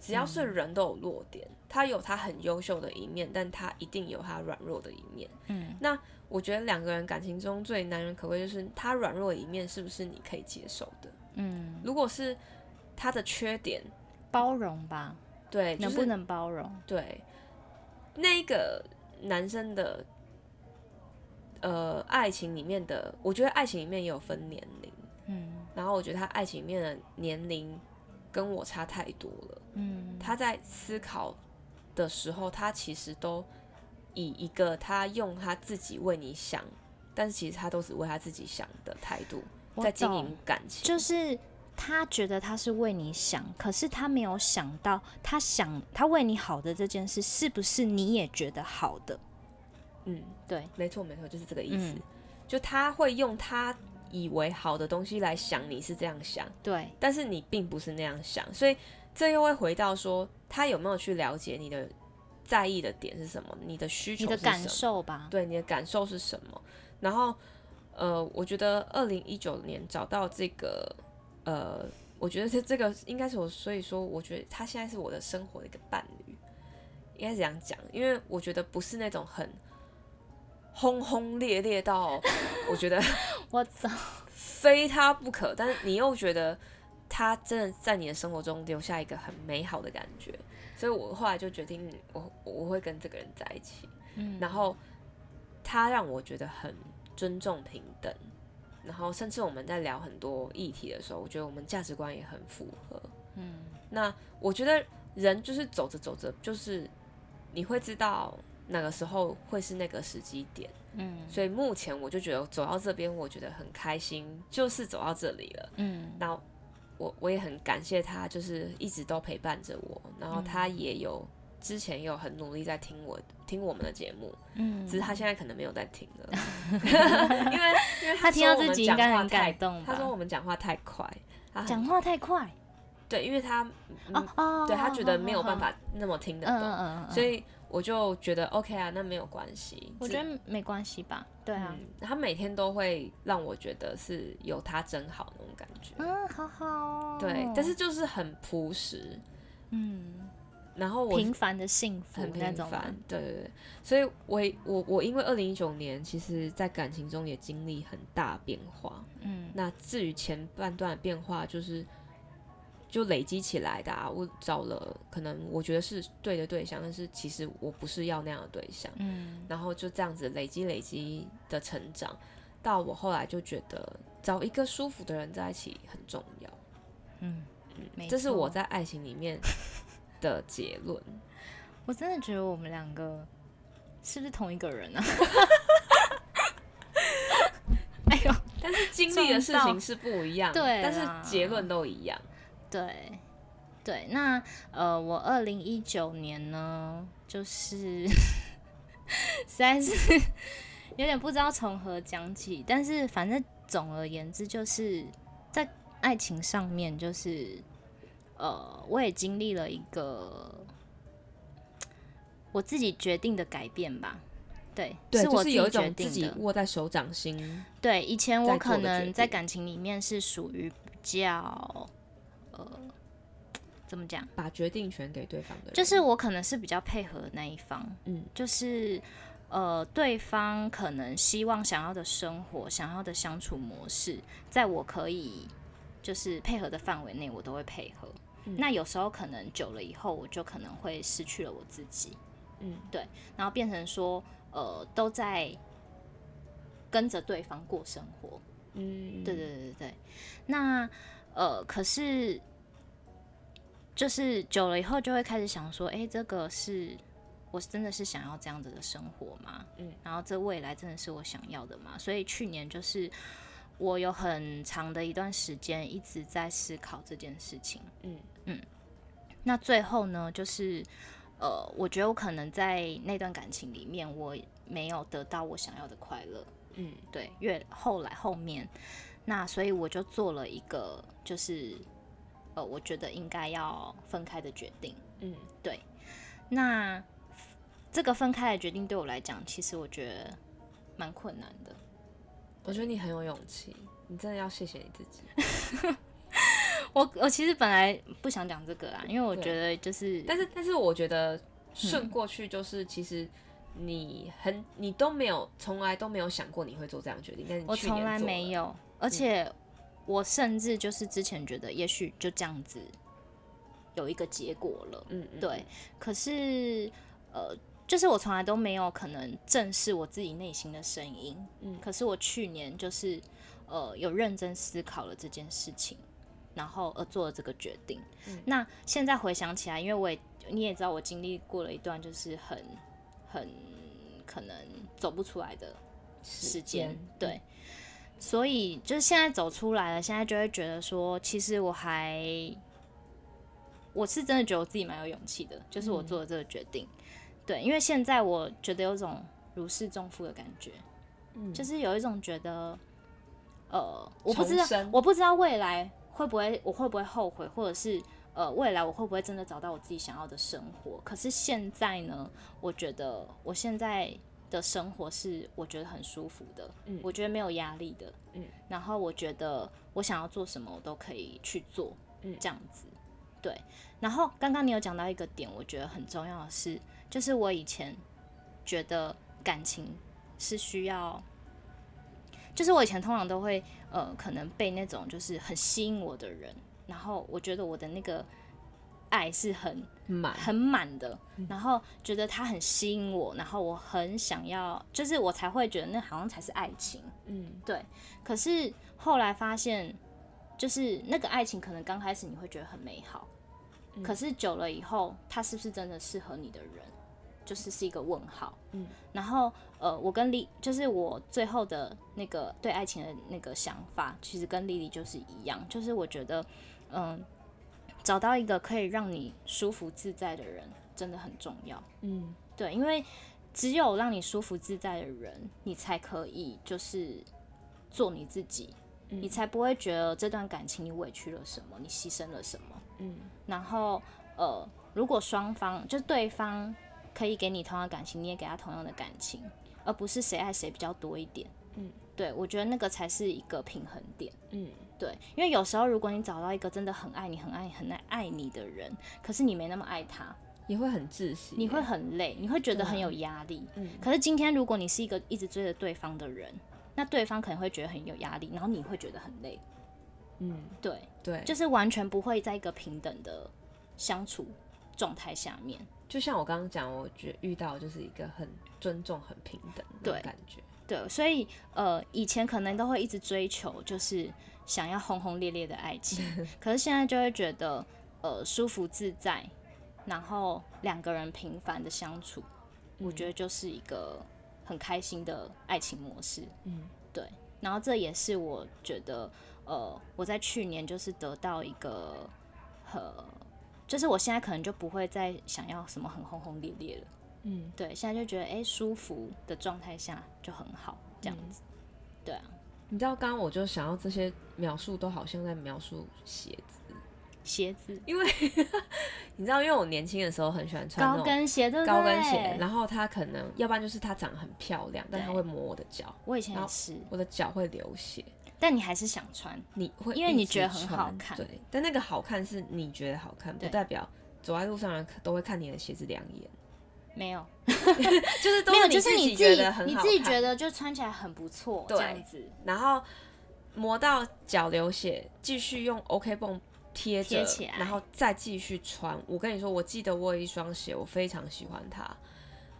Speaker 2: 只要
Speaker 1: 嗯
Speaker 2: 是人都有弱点，他有他很优秀的一面，但他一定有他软弱的一面。
Speaker 1: 嗯，
Speaker 2: 我觉得两个人感情中最难能可贵，就是他软弱的一面是不是你可以接受的？
Speaker 1: 嗯，
Speaker 2: 如果是他的缺点，
Speaker 1: 包容吧，
Speaker 2: 对，就
Speaker 1: 能
Speaker 2: 是
Speaker 1: 不能包容？
Speaker 2: 对那个男生的呃爱情里面的，我觉得爱情里面也有分年龄。
Speaker 1: 嗯
Speaker 2: 然后我觉得他爱情里面的年龄跟我差太多了。
Speaker 1: 嗯，
Speaker 2: 他在思考的时候，他其实都以一个他用他自己为你想，但是其实他都只为他自己想的态度
Speaker 1: 我
Speaker 2: 在经
Speaker 1: 懂
Speaker 2: 营感情。
Speaker 1: 就是他觉得他是为你想，可是他没有想到，他想他为你好的这件事，是不是你也觉得好的？
Speaker 2: 嗯，
Speaker 1: 对，
Speaker 2: 没错没错，就是这个意思。
Speaker 1: 嗯
Speaker 2: 就他会用他以为好的东西来想你是这样想，
Speaker 1: 对，
Speaker 2: 但是你并不是那样想，所以这又会回到说他有没有去了解你的在意的点是什么，你的需求
Speaker 1: 你的
Speaker 2: 是什么
Speaker 1: 感受吧。
Speaker 2: 对你的感受是什么？然后，呃，我觉得二零一九年找到这个，呃，我觉得这这个应该是我，所以说我觉得他现在是我的生活的一个伴侣，应该这样讲，因为我觉得不是那种很轰轰烈烈到我觉得
Speaker 1: 我操，
Speaker 2: 非他不可，但是你又觉得他真的在你的生活中留下一个很美好的感觉，所以我后来就决定，嗯我我会跟这个人在一起。
Speaker 1: 嗯
Speaker 2: 然后他让我觉得很尊重平等，然后甚至我们在聊很多议题的时候，我觉得我们价值观也很符合。
Speaker 1: 嗯
Speaker 2: 那我觉得人就是走着走着，就是你会知道哪个时候会是那个时机点。
Speaker 1: 嗯
Speaker 2: 所以目前我就觉得走到这边，我觉得很开心，就是走到这里了。
Speaker 1: 嗯
Speaker 2: 那我我也很感谢他，就是一直都陪伴着我，然后他
Speaker 1: 嗯
Speaker 2: 也有之前也有很努力在听我听我们的节目，
Speaker 1: 嗯，
Speaker 2: 只是他现在可能没有在听 了，因为因为
Speaker 1: 他听到
Speaker 2: 说我
Speaker 1: 自
Speaker 2: 们
Speaker 1: 己应
Speaker 2: 讲
Speaker 1: 该
Speaker 2: 话
Speaker 1: 很
Speaker 2: 太
Speaker 1: 感，动
Speaker 2: 他
Speaker 1: 吧
Speaker 2: 说？我们讲话太快，他很
Speaker 1: 讲话太快
Speaker 2: 对，因为他
Speaker 1: 哦哦，
Speaker 2: 嗯对他觉得
Speaker 1: 好
Speaker 2: 没有办，
Speaker 1: 好
Speaker 2: 法那么听得
Speaker 1: 好嗯
Speaker 2: 懂，
Speaker 1: 嗯嗯，
Speaker 2: 所
Speaker 1: 以
Speaker 2: 以我就觉得 OK 啊，那没有关系。
Speaker 1: 我
Speaker 2: 只
Speaker 1: 觉得没关系吧。对啊，
Speaker 2: 嗯，他每天都会让我觉得是有他真好那种感觉，
Speaker 1: 嗯，好好哦。
Speaker 2: 对，但是就是很朴实，
Speaker 1: 嗯，
Speaker 2: 然后我
Speaker 1: 平凡的幸福
Speaker 2: 很
Speaker 1: 那
Speaker 2: 平
Speaker 1: 种吗
Speaker 2: 凡，，对对对，所以我也我我因为二零一九年，其实在感情中也经历很大变化，
Speaker 1: 嗯
Speaker 2: 那至于前半段的变化，就是就累积起来的啊。我找了可能我觉得是对的对象，但是其实我不是要那样的对象，
Speaker 1: 嗯
Speaker 2: 然后就这样子累积累积的成长，到我后来就觉得找一个舒服的人在一起很重要，
Speaker 1: 嗯，没
Speaker 2: 这是
Speaker 1: 错
Speaker 2: 我在爱情里面的结论。
Speaker 1: 我真的觉得我们两个是不是同一个人啊？哎呦，
Speaker 2: 但是经历的事
Speaker 1: 撞
Speaker 2: 情
Speaker 1: 到
Speaker 2: 是不一样，
Speaker 1: 对啊
Speaker 2: 但
Speaker 1: 啦
Speaker 2: 是结论都一样。
Speaker 1: 对对，那呃，我二零一九年呢，就是 实在是 有点不知道从何讲起，但是反正总而言之，就是在爱情上面，就是呃，我也经历了一个我自己决定的改变吧。对，
Speaker 2: 对，
Speaker 1: 是
Speaker 2: 就
Speaker 1: 我
Speaker 2: 是有一
Speaker 1: 决
Speaker 2: 种
Speaker 1: 定
Speaker 2: 自
Speaker 1: 的。
Speaker 2: 己握在手掌心，
Speaker 1: 对，以前我
Speaker 2: 在做
Speaker 1: 可
Speaker 2: 的决
Speaker 1: 能在
Speaker 2: 定
Speaker 1: 感情里面是属于比较，呃，怎么讲？
Speaker 2: 把决定权给对方的人，
Speaker 1: 就是我可能是比较配合的那一方，
Speaker 2: 嗯，
Speaker 1: 就是呃，对方可能希望想要的生活、想要的相处模式，在我可以就是配合的范围内，我都会配合。
Speaker 2: 嗯
Speaker 1: 那有时候可能久了以后，我就可能会失去了我自己。
Speaker 2: 嗯，
Speaker 1: 然后变成说，呃，都在跟着对方过生活。
Speaker 2: 嗯，
Speaker 1: 对对对对对。那呃，可是就是久了以后，就会开始想说，诶，这个是我真的是想要这样子的生活吗？
Speaker 2: 嗯，
Speaker 1: 然后这未来真的是我想要的吗？所以去年就是我有很长的一段时间一直在思考这件事情。
Speaker 2: 嗯
Speaker 1: 那最后呢，就是呃，我觉得我可能在那段感情里面，我没有得到我想要的快乐。
Speaker 2: 嗯
Speaker 1: 对，越后来后面，那所以我就做了一个，就是呃，我觉得应该要分开的决定。
Speaker 2: 嗯
Speaker 1: 那这个分开的决定对我来讲，其实我觉得蛮困难的。
Speaker 2: 我觉得你很有勇气，你真的要谢谢你 自己。
Speaker 1: 我我其实本来不想讲这个啊，因为我
Speaker 2: 对
Speaker 1: 觉得就是，
Speaker 2: 但是，但是我觉得顺过去就是，其实你很，你都没有，从来都没有想过你会做这样的决定，但是你
Speaker 1: 我
Speaker 2: 去
Speaker 1: 从
Speaker 2: 年
Speaker 1: 来
Speaker 2: 做
Speaker 1: 没
Speaker 2: 了，嗯
Speaker 1: 有，而且我甚至就是之前觉得，也许就这样子有一个结果了。
Speaker 2: 嗯，嗯
Speaker 1: 对，可是呃，就是我从来都没有可能正视我自己内心的声音。
Speaker 2: 嗯
Speaker 1: 可是我去年就是呃有认真思考了这件事情，然后而做了这个决定。
Speaker 2: 嗯
Speaker 1: 那现在回想起来，因为我也你也知道，我经历过了一段就是很很可能走不出来的时间，对。所以就是现在走出来了，现在就会觉得说，其实我还我是真的觉得我自己蛮有勇气的，就是我做了这个决定。对，因为现在我觉得有种如释重负的感觉，
Speaker 2: 嗯
Speaker 1: 就是有一种觉得，呃，我不知道
Speaker 2: 重生，
Speaker 1: 我不知道未来会不会，我会不会后悔，或者是呃，未来我会不会真的找到我自己想要的生活？可是现在呢，我觉得我现在的生活是我觉得很舒服的，
Speaker 2: 嗯
Speaker 1: 我觉得没有压力的，
Speaker 2: 嗯，
Speaker 1: 然后我觉得我想要做什么，我都可以去做，
Speaker 2: 嗯
Speaker 1: 这样子，对。然后刚刚你有讲到一个点，我觉得很重要的是，就是我以前觉得感情是需要，就是我以前通常都会呃，可能被那种就是很吸引我的人，然后我觉得我的那个爱是很
Speaker 2: 满，
Speaker 1: 很满的，然后觉得他很吸引我，然后我很想要，就是我才会觉得那好像才是爱情。
Speaker 2: 嗯
Speaker 1: 可是后来发现，就是那个爱情可能刚开始你会觉得很美好，
Speaker 2: 嗯
Speaker 1: 可是久了以后，他是不是真的适合你的人，就是是一个问号。
Speaker 2: 嗯，
Speaker 1: 然后呃，我跟丽，就是我最后的那个对爱情的那个想法，其实跟丽丽就是一样，就是我觉得，嗯，找到一个可以让你舒服自在的人，真的很重要。
Speaker 2: 嗯
Speaker 1: 对，因为只有让你舒服自在的人，你才可以就是做你自己，
Speaker 2: 嗯
Speaker 1: 你才不会觉得这段感情你委屈了什么，你牺牲了什么。
Speaker 2: 嗯
Speaker 1: 然后呃，如果双方就对方可以给你同样的感情，你也给他同样的感情，而不是谁爱谁比较多一点。
Speaker 2: 嗯，
Speaker 1: 对，我觉得那个才是一个平衡点。
Speaker 2: 嗯
Speaker 1: 对，因为有时候如果你找到一个真的很爱你、很爱、很爱爱你的人，可是你没那么爱他，
Speaker 2: 也会很窒息耶，
Speaker 1: 你会很累，你会觉得
Speaker 2: 对啊
Speaker 1: 很有压力。
Speaker 2: 嗯
Speaker 1: 可是今天如果你是一个一直追着对方的人，那对方可能会觉得很有压力，然后你会觉得很累。
Speaker 2: 嗯
Speaker 1: 对，
Speaker 2: 对，
Speaker 1: 就是完全不会在一个平等的相处状态下面。
Speaker 2: 就像我刚刚讲，我觉得遇到就是一个很尊重、很平等的那种
Speaker 1: 对
Speaker 2: 感觉，
Speaker 1: 对，所以呃，以前可能都会一直追求，就是想要轰轰烈烈的爱情，可是现在就会觉得呃舒服自在，然后两个人平凡的相处，我觉得就是一个很开心的爱情模式。
Speaker 2: 嗯，
Speaker 1: 对，然后这也是我觉得呃我在去年就是得到一个呃，就是我现在可能就不会再想要什么很轰轰烈烈了。
Speaker 2: 嗯，
Speaker 1: 对，现在就觉得哎、诶舒服的状态下就很好，
Speaker 2: 嗯
Speaker 1: 这样子。对啊，
Speaker 2: 你知道，刚刚我就想到这些描述都好像在描述鞋子，
Speaker 1: 鞋子，
Speaker 2: 因为你知道，因为我年轻的时候很喜欢穿那
Speaker 1: 高
Speaker 2: 种
Speaker 1: 跟鞋，对不对？
Speaker 2: 高跟鞋，然后它可能要不然就是它长得很漂亮，但它
Speaker 1: 对
Speaker 2: 会磨我的脚，
Speaker 1: 我以前
Speaker 2: 然
Speaker 1: 也
Speaker 2: 后
Speaker 1: 是，
Speaker 2: 我的脚会流血，
Speaker 1: 但你还是想穿，
Speaker 2: 你会
Speaker 1: 因为
Speaker 2: 一
Speaker 1: 你
Speaker 2: 直
Speaker 1: 觉得很
Speaker 2: 穿
Speaker 1: 好看
Speaker 2: 对，但那个好看是你觉得好看，不
Speaker 1: 对
Speaker 2: 代表走在路上的人都会看你的鞋子两眼，
Speaker 1: 没有，
Speaker 2: 就是都
Speaker 1: 没有，就
Speaker 2: 你
Speaker 1: 是
Speaker 2: 自
Speaker 1: 你
Speaker 2: 己
Speaker 1: 自
Speaker 2: 觉
Speaker 1: 己
Speaker 2: 得很
Speaker 1: 你
Speaker 2: 好
Speaker 1: 自己
Speaker 2: 看
Speaker 1: 觉得就穿起来很不错，这
Speaker 2: 对
Speaker 1: 样子
Speaker 2: 然后磨到脚流血，继续用 OK 绷贴着
Speaker 1: 贴起来
Speaker 2: 然后再继续穿。我跟你说，我记得我有一双鞋，我非常喜欢它，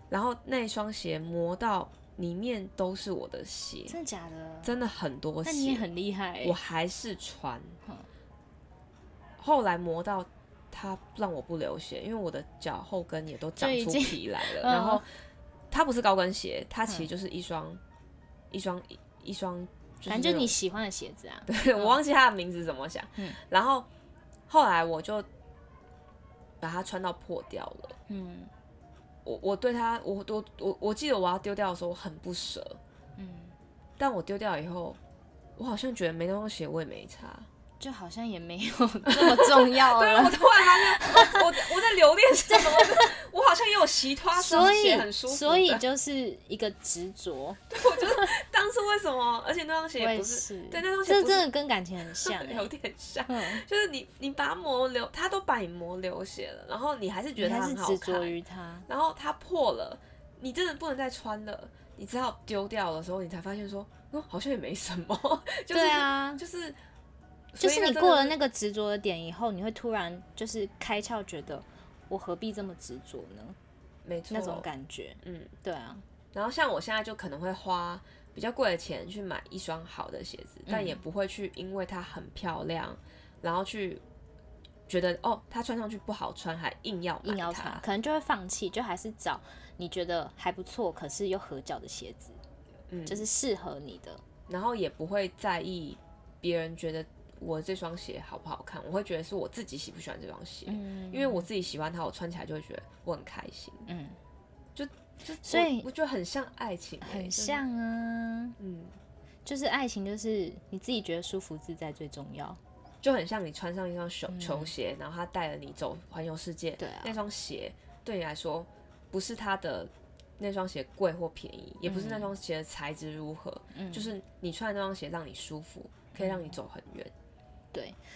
Speaker 2: 然后那双鞋磨到里面都是我的血，
Speaker 1: 真的假的？
Speaker 2: 真的很多
Speaker 1: 那你也
Speaker 2: 血，
Speaker 1: 很厉害欸、
Speaker 2: 我还是穿
Speaker 1: 哼。
Speaker 2: 后来磨到它让我不流血，因为我的脚后跟也都长
Speaker 1: 就已
Speaker 2: 出
Speaker 1: 经
Speaker 2: 皮来了。
Speaker 1: 嗯
Speaker 2: 然后它不是高跟鞋，它其实就是一双一双一一双，就是
Speaker 1: 反
Speaker 2: 那
Speaker 1: 正就
Speaker 2: 种
Speaker 1: 你喜欢的鞋子啊。
Speaker 2: 对我忘记它的名字怎么想。
Speaker 1: 嗯
Speaker 2: 然后后来我就把它穿到破掉了。
Speaker 1: 嗯
Speaker 2: 我我对它，我我我我记得我要丢掉的时候，我很不舍。
Speaker 1: 嗯，
Speaker 2: 但我丢掉以后，我好像觉得没那双鞋我也没差。
Speaker 1: 就好像也没有 这么重要
Speaker 2: 对，我
Speaker 1: 了。
Speaker 2: 突然发现，我我在我在留恋 什么？我在啊我好像也有洗拖
Speaker 1: 所
Speaker 2: 双鞋
Speaker 1: 以，
Speaker 2: 很舒服的。
Speaker 1: 所以就是一个执着，
Speaker 2: 当初为什么？而且那双
Speaker 1: 我
Speaker 2: 鞋也
Speaker 1: 也
Speaker 2: 不是，
Speaker 1: 是。
Speaker 2: 对，那双鞋
Speaker 1: 这
Speaker 2: 不是
Speaker 1: 真的跟感情很像
Speaker 2: 有
Speaker 1: 欸。
Speaker 2: 点像。
Speaker 1: 嗯，
Speaker 2: 就是你，你把它磨流，它都把你磨流血了，然后你还是觉
Speaker 1: 你
Speaker 2: 得它
Speaker 1: 还是
Speaker 2: 很好
Speaker 1: 执
Speaker 2: 看
Speaker 1: 着，于它。
Speaker 2: 然后它破了，你真的不能再穿了，你只好丢掉的时候，你才发现说，哦，好像也没什么， 就是、
Speaker 1: 对啊，
Speaker 2: 就是
Speaker 1: 就
Speaker 2: 所以
Speaker 1: 是
Speaker 2: 那
Speaker 1: 你
Speaker 2: 真的
Speaker 1: 过了
Speaker 2: 是
Speaker 1: 那个执着的点以后，你会突然就是开窍，觉得我何必这么执着呢？
Speaker 2: 没错
Speaker 1: 那种感觉，
Speaker 2: 嗯，
Speaker 1: 对啊，
Speaker 2: 然后像我现在就可能会花比较贵的钱去买一双好的鞋子，但
Speaker 1: 嗯
Speaker 2: 也不会去因为它很漂亮，然后去觉得哦，它穿上去不好穿，还硬要买
Speaker 1: 硬要穿
Speaker 2: 它，。
Speaker 1: 可能就会放弃，就还是找你觉得还不错，可是又合脚的鞋子，
Speaker 2: 嗯
Speaker 1: 就是适合你的。
Speaker 2: 然后也不会在意别人觉得我这双鞋好不好看，我会觉得是我自己喜不喜欢这双鞋，
Speaker 1: 嗯
Speaker 2: 因为我自己喜欢它，我穿起来就会觉得我很开心。
Speaker 1: 嗯，
Speaker 2: 就
Speaker 1: 所以
Speaker 2: 我我觉得很像爱情欸、
Speaker 1: 很
Speaker 2: 就是，
Speaker 1: 像啊，
Speaker 2: 嗯，
Speaker 1: 就是爱情，就是你自己觉得舒服自在最重要。
Speaker 2: 就很像你穿上一双球球鞋，然后它带了你走环游世界，
Speaker 1: 嗯对啊
Speaker 2: 那双鞋对你来说不是它的。那双鞋贵或便宜，也不
Speaker 1: 嗯
Speaker 2: 是那双鞋的材质如何，就是你穿的那双鞋让你舒服，可以让你
Speaker 1: 嗯
Speaker 2: 走很远，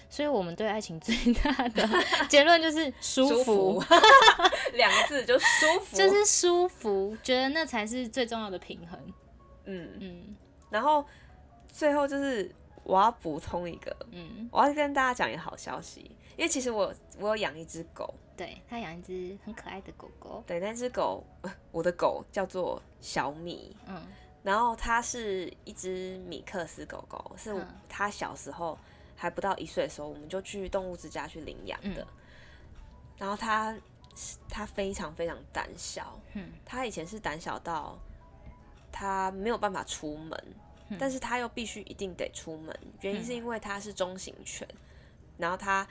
Speaker 1: 所以我们对爱情最大的 结论就是舒服，
Speaker 2: 服 两个字就舒服，
Speaker 1: 就是舒服，觉得那才是最重要的平衡。
Speaker 2: 嗯，
Speaker 1: 嗯
Speaker 2: 然后最后就是我要补充一个，
Speaker 1: 嗯，
Speaker 2: 我要跟大家讲一个好消息，因为其实我我有养一只狗，
Speaker 1: 对他养一只很可爱的狗狗，
Speaker 2: 对，那只狗， 我的狗叫做小米，
Speaker 1: 嗯
Speaker 2: 然后它是一只米克斯狗狗，是
Speaker 1: 嗯
Speaker 2: 它小时候还不到一岁的时候，我们就去动物之家去领养的。
Speaker 1: 嗯
Speaker 2: 然后它它非常非常胆小，
Speaker 1: 嗯
Speaker 2: 它以前是胆小到它没有办法出门，
Speaker 1: 嗯
Speaker 2: 但是它又必须一定得出门，原因是因为它是中型犬，然后它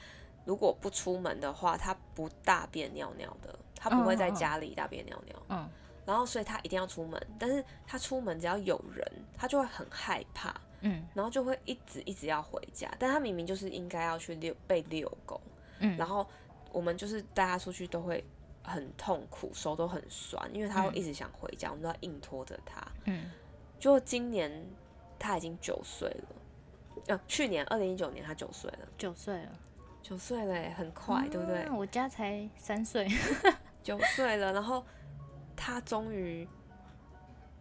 Speaker 2: 如果不出门的话，它不大便尿尿的，它不会在
Speaker 1: 嗯嗯嗯
Speaker 2: 家里大便尿尿。
Speaker 1: 嗯
Speaker 2: 然后所以他一定要出门，但是他出门只要有人，他就会很害怕，
Speaker 1: 嗯
Speaker 2: 然后就会一直一直要回家，但他明明就是应该要去遛被遛狗，
Speaker 1: 嗯
Speaker 2: 然后我们就是带他出去都会很痛苦，手都很酸，因为他会一直想回家，我们都要硬拖着他。
Speaker 1: 嗯，
Speaker 2: 就今年他已经九岁了，呃，去年二零一九年他九岁了，
Speaker 1: 九岁了，
Speaker 2: 九岁了耶，很快，对不对
Speaker 1: 啊？我家才三岁，
Speaker 2: 九岁了，然后他终于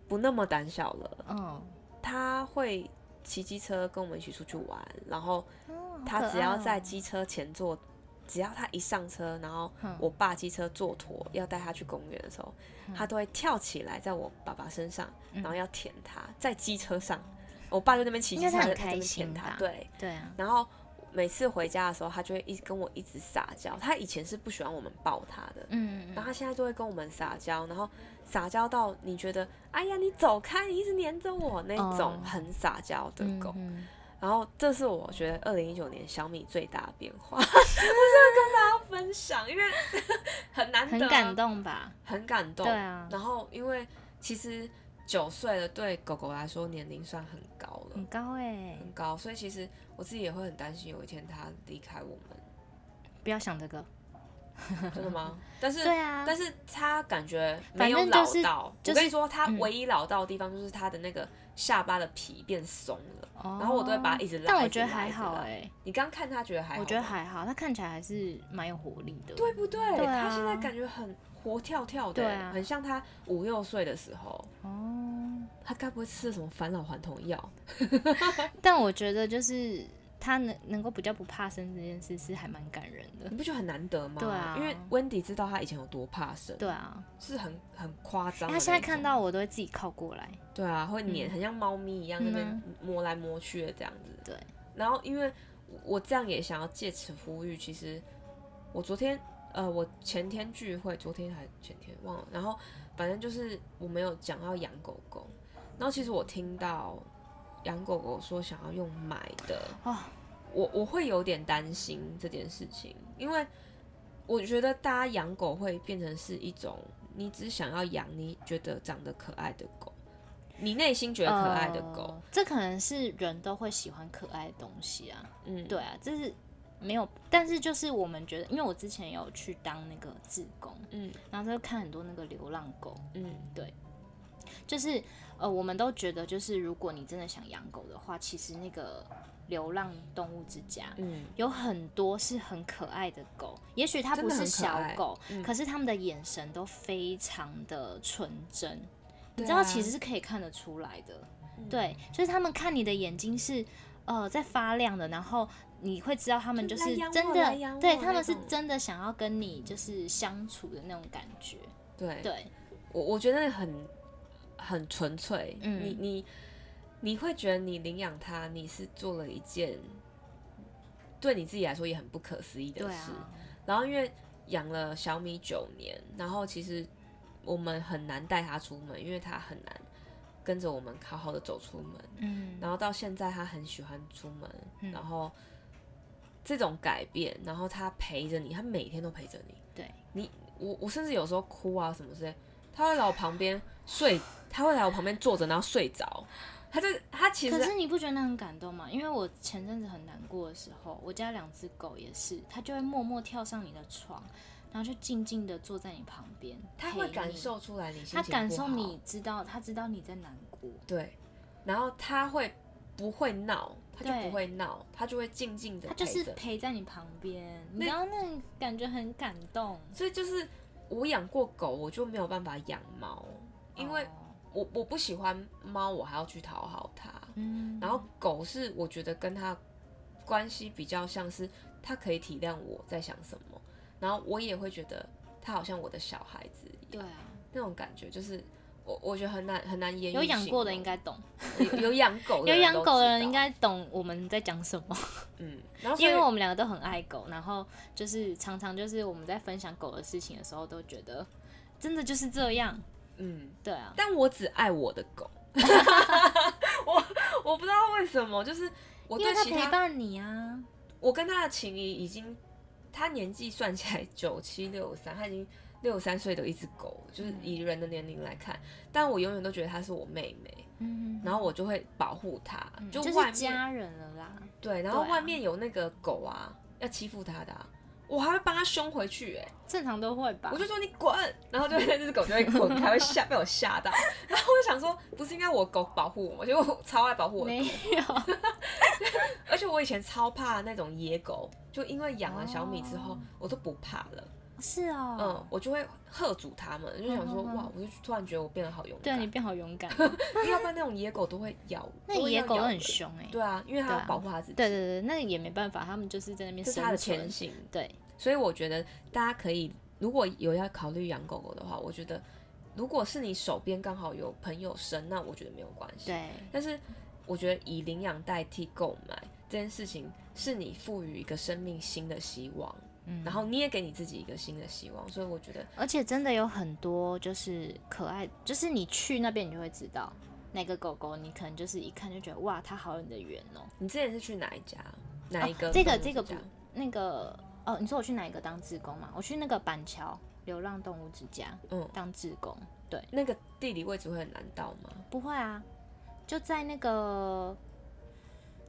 Speaker 2: 不那么胆小了。
Speaker 1: 嗯，
Speaker 2: 他会骑机车跟我们一起出去玩，然后
Speaker 1: 哦
Speaker 2: 他只要在，机车前座，只要他一上车，然后
Speaker 1: 嗯
Speaker 2: 我爸机车坐妥要带他去公园的时候，他都会跳起来在我爸爸身上，
Speaker 1: 嗯
Speaker 2: 然后要舔他，在机车上，我爸就那边骑机车
Speaker 1: 应该是很
Speaker 2: 在那边
Speaker 1: 开心
Speaker 2: 舔他
Speaker 1: 吧，
Speaker 2: 对，
Speaker 1: 好可爱哦对啊，
Speaker 2: 然后。每次回家的时候，他就会一直跟我一直撒娇。他以前是不喜欢我们抱他的，
Speaker 1: 嗯
Speaker 2: 然后他现在就会跟我们撒娇，然后撒娇到你觉得，哎呀，你走开，你一直黏着我那种
Speaker 1: 哦
Speaker 2: 很撒娇的
Speaker 1: 嗯
Speaker 2: 狗。
Speaker 1: 嗯
Speaker 2: 然后这是我觉得二零一九年小米最大的变化，我
Speaker 1: 嗯
Speaker 2: 想跟大家分享，因为 很难得，
Speaker 1: 很感，动吧？
Speaker 2: 很感动。
Speaker 1: 对啊
Speaker 2: 然后因为其实九岁了，对狗狗来说年龄算很高了，
Speaker 1: 很高哎，
Speaker 2: 很高，所以其实我自己也会很担心有一天它离开我 们，
Speaker 1: 不要想这个，
Speaker 2: 真的吗？但是
Speaker 1: 对啊，
Speaker 2: 但是他感觉没有
Speaker 1: 反
Speaker 2: 老
Speaker 1: 正就是
Speaker 2: 到，
Speaker 1: 就是
Speaker 2: 我跟你说，他
Speaker 1: 嗯
Speaker 2: 唯一老到的地方就是他的那个下巴的皮变松了。
Speaker 1: 哦
Speaker 2: 然后我都会把它一直拉
Speaker 1: 但我
Speaker 2: 一直
Speaker 1: 觉得
Speaker 2: 拉
Speaker 1: 还
Speaker 2: 一直
Speaker 1: 好
Speaker 2: 拉
Speaker 1: 哎，
Speaker 2: 你刚看他觉得还好吗，
Speaker 1: 我觉得还好，他看起来还是蛮有活力的，
Speaker 2: 对不对？
Speaker 1: 对啊
Speaker 2: 他现在感觉很活跳跳的、欸
Speaker 1: 对啊
Speaker 2: 很像他五六岁的时候。
Speaker 1: 哦。
Speaker 2: 他该不会吃了什么返老还童药？
Speaker 1: 但我觉得就是他能能够比较不怕生这件事是还蛮感人的。
Speaker 2: 你不觉得很难得吗？
Speaker 1: 对啊
Speaker 2: 因为温迪知道他以前有多怕生，
Speaker 1: 对啊，
Speaker 2: 是很很夸张的那种。
Speaker 1: 他现在看到我都会自己靠过来。
Speaker 2: 对啊，会黏，很像猫咪一样，那
Speaker 1: 嗯
Speaker 2: 边摸来摸去的这样子。
Speaker 1: 对。
Speaker 2: 然后，因为我我这样也想要借此呼吁，其实我昨天呃，我前天聚会，昨天还前天忘了，然后反正就是我没有讲到养狗狗，然后其实我听到养狗狗说想要用买的，
Speaker 1: 哦，
Speaker 2: 我我会有点担心这件事情，因为我觉得大家养狗会变成是一种你只想要养你觉得长得可爱的狗，你内心觉得啊可爱的狗，
Speaker 1: 呃这可能是人都会喜欢可爱的东西啊。
Speaker 2: 嗯，
Speaker 1: 对啊，这是没有，但是就是我们觉得，因为我之前有去当那个志工，
Speaker 2: 嗯
Speaker 1: 然后就看很多那个流浪狗，
Speaker 2: 嗯
Speaker 1: 就是呃，我们都觉得，就是如果你真的想养狗的话，其实那个流浪动物之家。
Speaker 2: 嗯，
Speaker 1: 有很多是很可爱的狗，也许它
Speaker 2: 真
Speaker 1: 不
Speaker 2: 的很
Speaker 1: 是
Speaker 2: 可
Speaker 1: 小
Speaker 2: 爱
Speaker 1: 狗，
Speaker 2: 嗯
Speaker 1: 可是它们的眼神都非常的纯真，你
Speaker 2: 对
Speaker 1: 知道
Speaker 2: 啊
Speaker 1: 其实是可以看得出来的。
Speaker 2: 嗯
Speaker 1: 对，就是他们看你的眼睛是呃在发亮的，然后你会知道他们
Speaker 2: 就
Speaker 1: 就是
Speaker 2: 来养
Speaker 1: 真
Speaker 2: 我
Speaker 1: 的
Speaker 2: 来养，
Speaker 1: 对
Speaker 2: 我
Speaker 1: 他
Speaker 2: 那
Speaker 1: 们是
Speaker 2: 种
Speaker 1: 真的想要跟你就是相处的那种感觉。
Speaker 2: 对，
Speaker 1: 对，
Speaker 2: 我我觉得很很纯粹，
Speaker 1: 嗯
Speaker 2: 你你你会觉得你领养它，你是做了一件对你自己来说也很不可思议的
Speaker 1: 对
Speaker 2: 事，
Speaker 1: 啊，
Speaker 2: 然后因为养了小米九年，然后其实我们很难带它出门，因为它很难跟着我们好好的走出门。
Speaker 1: 嗯，
Speaker 2: 然后到现在，它很喜欢出门，
Speaker 1: 嗯
Speaker 2: 然后这种改变，然后它陪着你，它每天都陪着你。
Speaker 1: 对
Speaker 2: 你，我我甚至有时候哭啊什么之类，它会来我旁边睡，它会来我旁边坐着，然后睡着。它就它其
Speaker 1: 可
Speaker 2: 实
Speaker 1: 是你不觉得那很感动吗？因为我前阵子很难过的时候，我家两只狗也是，它就会默默跳上你的床，然后就静静的坐在你旁边，
Speaker 2: 它会
Speaker 1: 陪
Speaker 2: 感
Speaker 1: 你，
Speaker 2: 受出来你心情
Speaker 1: 它感
Speaker 2: 不
Speaker 1: 受
Speaker 2: 好
Speaker 1: 你知道，它知道你在难过。
Speaker 2: 对，然后他会不会闹，他就
Speaker 1: 对
Speaker 2: 不会闹，他就会静静的
Speaker 1: 它
Speaker 2: 陪
Speaker 1: 就是
Speaker 2: 着。
Speaker 1: 陪在你旁边，你
Speaker 2: 那
Speaker 1: 知道那感觉很感动，
Speaker 2: 所以就是我养过狗，我就没有办法养猫，因为
Speaker 1: 哦
Speaker 2: 我我不喜欢猫，我还要去讨好它。
Speaker 1: 嗯，
Speaker 2: 然后狗是我觉得跟它关系比较像是，它可以体谅我在想什么，然后我也会觉得它好像我的小孩子一
Speaker 1: 对
Speaker 2: 样，
Speaker 1: 啊，
Speaker 2: 那种感觉就是。我我觉得很难很难言喻
Speaker 1: 有养
Speaker 2: 形
Speaker 1: 过的
Speaker 2: 容
Speaker 1: 应该懂，
Speaker 2: 有有养狗的
Speaker 1: 有
Speaker 2: 人
Speaker 1: 养
Speaker 2: 都
Speaker 1: 狗的
Speaker 2: 知
Speaker 1: 人
Speaker 2: 道
Speaker 1: 应该懂我们在讲什么，
Speaker 2: 嗯，然后所
Speaker 1: 因
Speaker 2: 以
Speaker 1: 为我们两个都很爱狗，然后就是常常就是我们在分享狗的事情的时候，都觉得真的就是这样，
Speaker 2: 嗯，
Speaker 1: 对啊，
Speaker 2: 但我只爱我的狗。 我我不知道为什么，就是我
Speaker 1: 因为
Speaker 2: 对
Speaker 1: 它
Speaker 2: 其
Speaker 1: 陪
Speaker 2: 他，
Speaker 1: 伴你啊，
Speaker 2: 我跟他的情谊已经，他年纪算起来九七六三，他已经六三岁的一只狗，就是
Speaker 1: 嗯
Speaker 2: 以人的年龄来看，但我永远都觉得她是我妹妹，
Speaker 1: 嗯，
Speaker 2: 然后我就会保护她，
Speaker 1: 嗯
Speaker 2: 就
Speaker 1: 就是
Speaker 2: 外面、
Speaker 1: 家人了啦，
Speaker 2: 对，然后
Speaker 1: 对啊
Speaker 2: 外面有那个狗啊，要欺负她的、啊。我还会帮他凶回去、哎，
Speaker 1: 正常都会吧
Speaker 2: 我，就说你滚，然后就 会那只狗就会滚，还会吓被我吓到。然后我就想说，不是应该我狗保护我吗？结果我超爱保护我的嗯
Speaker 1: 没有，
Speaker 2: 而且我以前超怕那种野狗，就因为养了小米之后，
Speaker 1: 哦
Speaker 2: 我都不怕了。
Speaker 1: 是哦，
Speaker 2: 嗯，我就会喝阻它们，就想说
Speaker 1: 嗯嗯嗯
Speaker 2: 哇，我就突然觉得我变得好勇
Speaker 1: 对啊
Speaker 2: 敢。
Speaker 1: 你变好 勇敢，
Speaker 2: 因为要不然那种野狗都会咬，
Speaker 1: 那
Speaker 2: 都会
Speaker 1: 野
Speaker 2: 要
Speaker 1: 狗
Speaker 2: 咬
Speaker 1: 都很
Speaker 2: 人。
Speaker 1: 凶哎、
Speaker 2: 对啊，因为它
Speaker 1: 对啊
Speaker 2: 要保护它自己，
Speaker 1: 对对对，那也没办法，他们就是在那边
Speaker 2: 这是
Speaker 1: 生
Speaker 2: 它的天
Speaker 1: 存。
Speaker 2: 性。
Speaker 1: 对，
Speaker 2: 所以我觉得大家可以，如果有要考虑养狗狗的话，我觉得如果是你手边刚好有朋友生，那我觉得没有关系。
Speaker 1: 对，
Speaker 2: 但是我觉得以领养代替购买这件事情，是你赋予一个生命新的希望，
Speaker 1: 嗯
Speaker 2: 然后你也给你自己一个新的希望，所以我觉得
Speaker 1: 而且真的有很多就是可爱，就是你去那边你就会知道哪个狗狗，你可能就是一看就觉得哇，它好有你的缘哦。
Speaker 2: 你之前是去哪一家，哪一个、
Speaker 1: 哦这个这个不，那个哦，你说我去哪一个当志工嘛？我去那个板桥流浪动物之家，
Speaker 2: 嗯
Speaker 1: 当志工。对，
Speaker 2: 那个地理位置会很难到吗？
Speaker 1: 不会啊，就在那个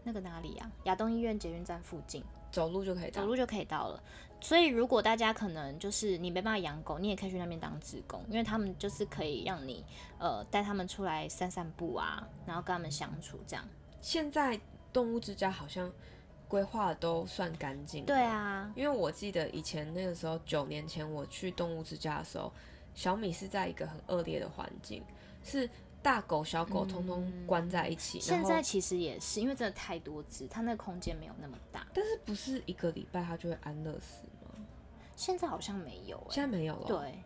Speaker 1: 那个哪里啊，亚东医院捷运站附近。
Speaker 2: 走路就可以到
Speaker 1: 走。路就可以到了。所以如果大家可能就是你没办法养狗，你也可以去那边当职工，因为他们就是可以让你呃带他们出来散散步啊，然后跟他们相处这样。
Speaker 2: 现在动物之家好像规划得都算干净。
Speaker 1: 对。啊，
Speaker 2: 因为我记得以前那个时候，九年前我去动物之家的时候，小米是在一个很恶劣的环境，是大狗小狗通通关在一起，然
Speaker 1: 嗯现
Speaker 2: 后
Speaker 1: 在其实也是，因为真的太多只，它那个空间没有那么大。
Speaker 2: 但是不是一个礼拜它就会安乐死吗？
Speaker 1: 现在好像没有哎、
Speaker 2: 现在没有了，，
Speaker 1: 对，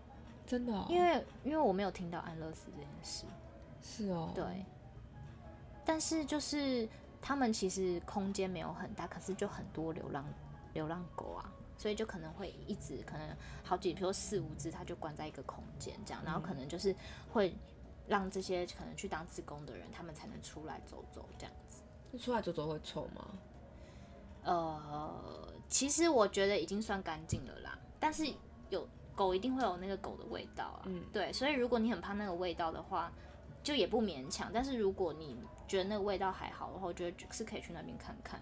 Speaker 2: 真的、哦，
Speaker 1: 因为因为我没有听到安乐死这件事，
Speaker 2: 是哦，
Speaker 1: 对。但是就是他们其实空间没有很大，可是就很多流浪流浪狗啊，所以就可能会一直可能好几，比如说四五只，它就关在一个空间这样，然后可能就是会让这些可能去当志工的人，他们才能出来走走这样子。
Speaker 2: 那出来走走会臭吗？
Speaker 1: 呃，其实我觉得已经算干净了啦，但是有狗一定会有那个狗的味道啊，
Speaker 2: 嗯
Speaker 1: 对，所以如果你很怕那个味道的话，就也不勉强。但是如果你觉得那个味道还好的话，我觉得是可以去那边看看。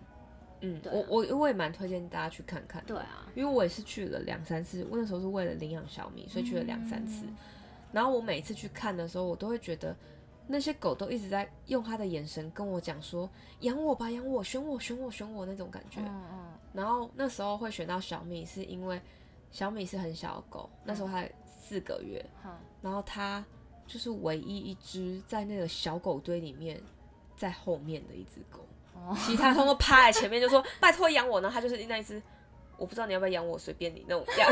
Speaker 2: 嗯，
Speaker 1: 对啊
Speaker 2: 我我我也蛮推荐大家去看看的，
Speaker 1: 对啊，
Speaker 2: 因为我也是去了两三次，我那时候是为了领养小米，所以去了两三次。然后我每次去看的时候，我都会觉得那些狗都一直在用它的眼神跟我讲说“养我吧，养我，选我，选我，选我”那种感觉。
Speaker 1: 嗯嗯，
Speaker 2: 然后那时候会选到小米，是因为小米是很小的狗，那时候它四个月，
Speaker 1: 好，
Speaker 2: 然后它就是唯一一只在那个小狗堆里面在后面的一只狗，
Speaker 1: 哦
Speaker 2: 其他通通趴在前面就说 拜托养我，然后它就是那一只，我不知道你要不要养我，随便你那种样，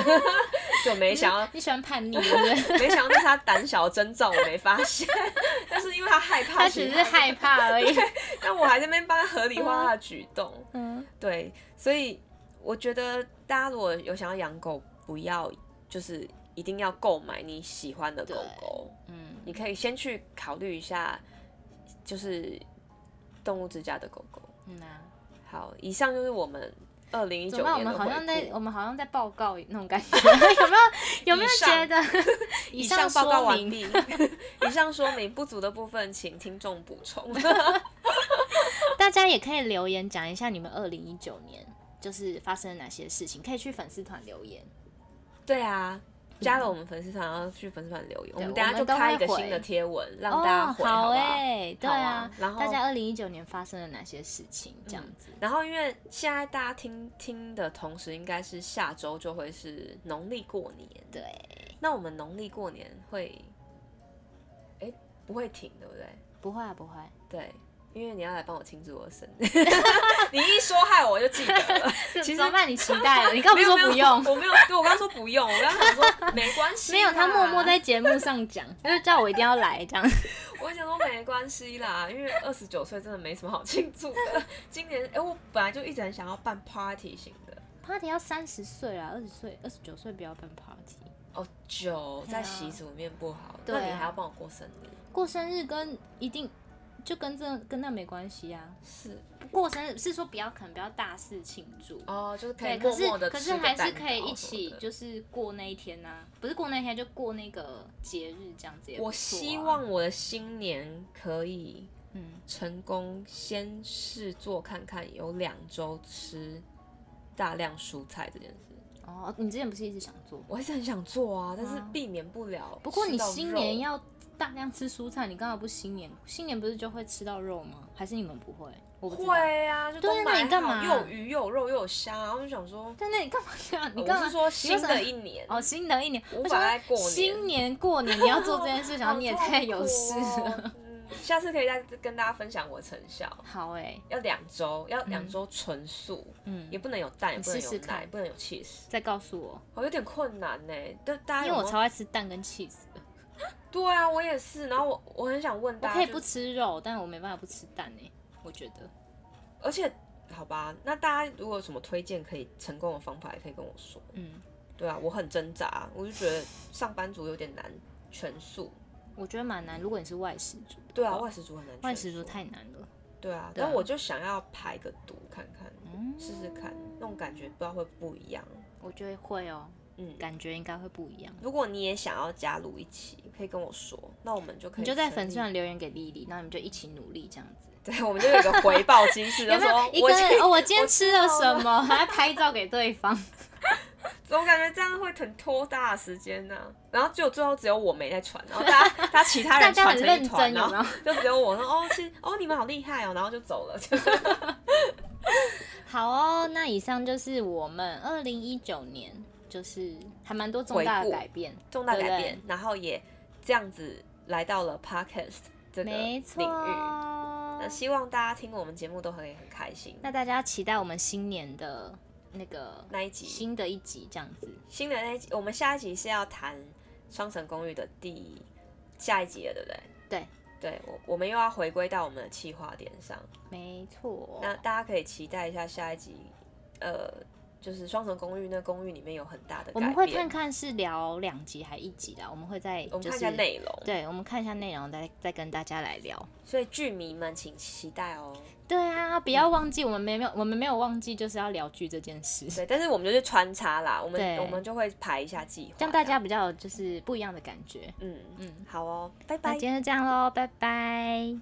Speaker 2: 就没想 到。
Speaker 1: 你喜欢叛逆，对不对？
Speaker 2: 没想到那是它胆小的征兆，我没发现， 但是因为它害怕，
Speaker 1: 他只是害 怕而已。
Speaker 2: 其实它，但我还在那边帮它合理化它的举动。
Speaker 1: 嗯，
Speaker 2: 对，所以我觉得大家如果有想要养狗，不要就是一定要购买你喜欢的狗狗，
Speaker 1: 嗯，
Speaker 2: 你可以先去考虑一下，就是动物之家的狗狗。
Speaker 1: 嗯啊，
Speaker 2: 好，以上就是我们二零一
Speaker 1: 怎
Speaker 2: 九
Speaker 1: 么办？我
Speaker 2: 年的
Speaker 1: 们好像在
Speaker 2: 回顾
Speaker 1: 我们好像在报告那种感觉， 有没有？有没有
Speaker 2: 以上
Speaker 1: 觉得？ 以
Speaker 2: 以上报告
Speaker 1: 说
Speaker 2: 完
Speaker 1: 明
Speaker 2: 毕， 以上说明不足的部分，请听众补 充。
Speaker 1: 大家也可以留言讲一下你们二零一九年就是发生了哪些事情，可以去粉丝团留言。
Speaker 2: 对啊。加了我们粉丝团，然后去粉丝团留言。我们等一下
Speaker 1: 我
Speaker 2: 就
Speaker 1: 们都
Speaker 2: 开一
Speaker 1: 会
Speaker 2: 个
Speaker 1: 回
Speaker 2: 新的贴文，让大家回，
Speaker 1: 哦、好
Speaker 2: 不
Speaker 1: 哎、对
Speaker 2: 好
Speaker 1: 啊
Speaker 2: 啊，然后
Speaker 1: 大家二零一九年发生了哪些事情？这样子，
Speaker 2: 然后，因为现在大家听听的同时，应该是下周就会是农历过年。
Speaker 1: 对，
Speaker 2: 那我们农历过年会，哎，不会停，对不对？
Speaker 1: 不会啊，不会。
Speaker 2: 对，因为你要来帮我庆祝我生 日，你一说害我就记得了。其实
Speaker 1: 怎么办？你期待了？你刚不
Speaker 2: 没
Speaker 1: 是
Speaker 2: 有
Speaker 1: 说
Speaker 2: 没有
Speaker 1: 不用？
Speaker 2: 我没有，对我刚刚说不用，我刚刚想说没关系啦，
Speaker 1: 没有，他默默在节目上讲， 他就叫我一定要来这样。
Speaker 2: 我想说没关系啦，因为二十九岁真的没什么好庆祝 的。今年，哎，我本来就一直很想要办 party 型的，
Speaker 1: Party 要三十岁啊啦，二十岁、二十九岁不要办 Party。
Speaker 2: 哦，酒
Speaker 1: 对啊
Speaker 2: 在习俗里面不好，
Speaker 1: 对啊
Speaker 2: 那你还要帮我过生日？
Speaker 1: 过生日跟一定就跟这跟那没关系啊。
Speaker 2: 是
Speaker 1: 过生日是说不要，可能不要大肆庆祝。
Speaker 2: 哦，就是可以
Speaker 1: 对，可
Speaker 2: 默
Speaker 1: 是
Speaker 2: 默的
Speaker 1: 可是还是可以一起，
Speaker 2: 起。
Speaker 1: 就是过那一天呐、不是过那一天，就过那个节日这样子也不错啊、
Speaker 2: 我希望我的新年可以
Speaker 1: 嗯，
Speaker 2: 成功，先试做看看，有两周吃大量蔬菜这件事，
Speaker 1: 哦，你之前不是一直想做？
Speaker 2: 我还是很想做啊，但是
Speaker 1: 啊
Speaker 2: 避免不了。
Speaker 1: 不过你
Speaker 2: 吃到
Speaker 1: 新
Speaker 2: 肉
Speaker 1: 年要大量吃蔬菜，你刚好不新年，新年不是就会吃到肉吗？还是你们不会？我不知道。
Speaker 2: 会啊，就
Speaker 1: 对啊
Speaker 2: 都
Speaker 1: 那
Speaker 2: 买
Speaker 1: 你干
Speaker 2: 好
Speaker 1: 嘛
Speaker 2: 又有鱼又有肉又有虾，然后就想说，
Speaker 1: 但那你干嘛这样？你
Speaker 2: 我
Speaker 1: 干嘛？
Speaker 2: 是说
Speaker 1: 你为
Speaker 2: 新
Speaker 1: 什么
Speaker 2: 的一年
Speaker 1: 哦，新的一年，
Speaker 2: 我
Speaker 1: 我
Speaker 2: 本
Speaker 1: 想
Speaker 2: 来
Speaker 1: 说
Speaker 2: 过年
Speaker 1: 新年过年你要做这件 事，想
Speaker 2: 好
Speaker 1: 说你也
Speaker 2: 痛
Speaker 1: 太有
Speaker 2: 苦
Speaker 1: 事了。
Speaker 2: 哦嗯下次可以再跟大家分享我的成效。
Speaker 1: 好哎、
Speaker 2: 要两周，要两周纯素，
Speaker 1: 嗯
Speaker 2: 也，不能有蛋，也
Speaker 1: 你
Speaker 2: 不能
Speaker 1: 试试
Speaker 2: 有奶，
Speaker 1: 看
Speaker 2: 不能有 cheese，
Speaker 1: 再告诉我，
Speaker 2: 哦，有点困难呢。但大家啊
Speaker 1: 因
Speaker 2: 有
Speaker 1: 为我
Speaker 2: 没有
Speaker 1: 超爱吃蛋跟 cheese，的
Speaker 2: 对啊，我也是。然后我我很想问
Speaker 1: 我
Speaker 2: 大家，
Speaker 1: 可以不，吃肉，但我没办法不吃蛋哎、我觉得。
Speaker 2: 而且好吧，那大家如果有什么推荐可以成功的方法，也可以跟我说。
Speaker 1: 嗯，
Speaker 2: 对啊，我很挣扎，我就觉得上班族有点难全素。
Speaker 1: 我觉得蛮难。如果你是外食族，
Speaker 2: 对啊，外食族很难全素。
Speaker 1: 外食族太难了。
Speaker 2: 对啊，
Speaker 1: 对啊
Speaker 2: 但我就想要排个毒看看，
Speaker 1: 嗯，
Speaker 2: 试试看，那种感觉不知道会不一样。
Speaker 1: 我觉得会哦，
Speaker 2: 嗯，
Speaker 1: 感觉应该会不一样。
Speaker 2: 如果你也想要加入一起，可以跟我说，那我们就可以
Speaker 1: 你就在
Speaker 2: 成
Speaker 1: 粉
Speaker 2: 立
Speaker 1: 丝团留言给丽丽，然后你们就一起努力这样子。
Speaker 2: 对，我们就有一个回报机制，就
Speaker 1: 有没
Speaker 2: 说
Speaker 1: 有一
Speaker 2: 我
Speaker 1: 个
Speaker 2: 今
Speaker 1: 人哦？我今天吃了什么？ 还要拍照给对方。
Speaker 2: 总感觉这样会很拖大的时间呢、然后就最后只有我没在传，然后大家 大家其他人
Speaker 1: 大家
Speaker 2: 传
Speaker 1: 很
Speaker 2: 成一
Speaker 1: 认
Speaker 2: 团，啊
Speaker 1: 真
Speaker 2: 然
Speaker 1: 有没
Speaker 2: 后
Speaker 1: 有
Speaker 2: 就只有我说哦，是哦，你们好厉害哦，然后就走了。 就
Speaker 1: 好哦，那以上就是我们二零一九年，就是还蛮多重大
Speaker 2: 回
Speaker 1: 的
Speaker 2: 顾
Speaker 1: 改变，
Speaker 2: 重大
Speaker 1: 对不
Speaker 2: 改
Speaker 1: 对
Speaker 2: 变，然后也这样子来到了 podcast 这个领
Speaker 1: 没错。
Speaker 2: 域。那希望大家听我们节目都很很开心。
Speaker 1: 那大家期待我们新年的那个
Speaker 2: 那一集
Speaker 1: 新的一集这样子。
Speaker 2: 新的那一集，我们下一集是要谈《双城公寓》的第下一集了，对不对？
Speaker 1: 对，
Speaker 2: 对我我们又要回归到我们的企划点上。
Speaker 1: 没错。
Speaker 2: 那大家可以期待一下下一集，呃，就是《双城公寓》那公寓里面有很大的改变，
Speaker 1: 我们会看，看是聊两集还一集的，我们会在
Speaker 2: 我们
Speaker 1: 就
Speaker 2: 看一下
Speaker 1: 是
Speaker 2: 内容。
Speaker 1: 对，我们看一下内容，再再跟大家来聊。
Speaker 2: 所以剧迷们请期待哦。
Speaker 1: 对啊，不要忘记，我们没有，我们没有忘记，就是要聊剧这件事，
Speaker 2: 对，但是我们就是穿插啦，我们
Speaker 1: 对
Speaker 2: 我们就会排一下计划，
Speaker 1: 让大家比较有就是不一样的感觉。
Speaker 2: 这样，嗯嗯
Speaker 1: 嗯，
Speaker 2: 好哦，拜
Speaker 1: 那
Speaker 2: 拜。
Speaker 1: 今天就这样喽，拜拜。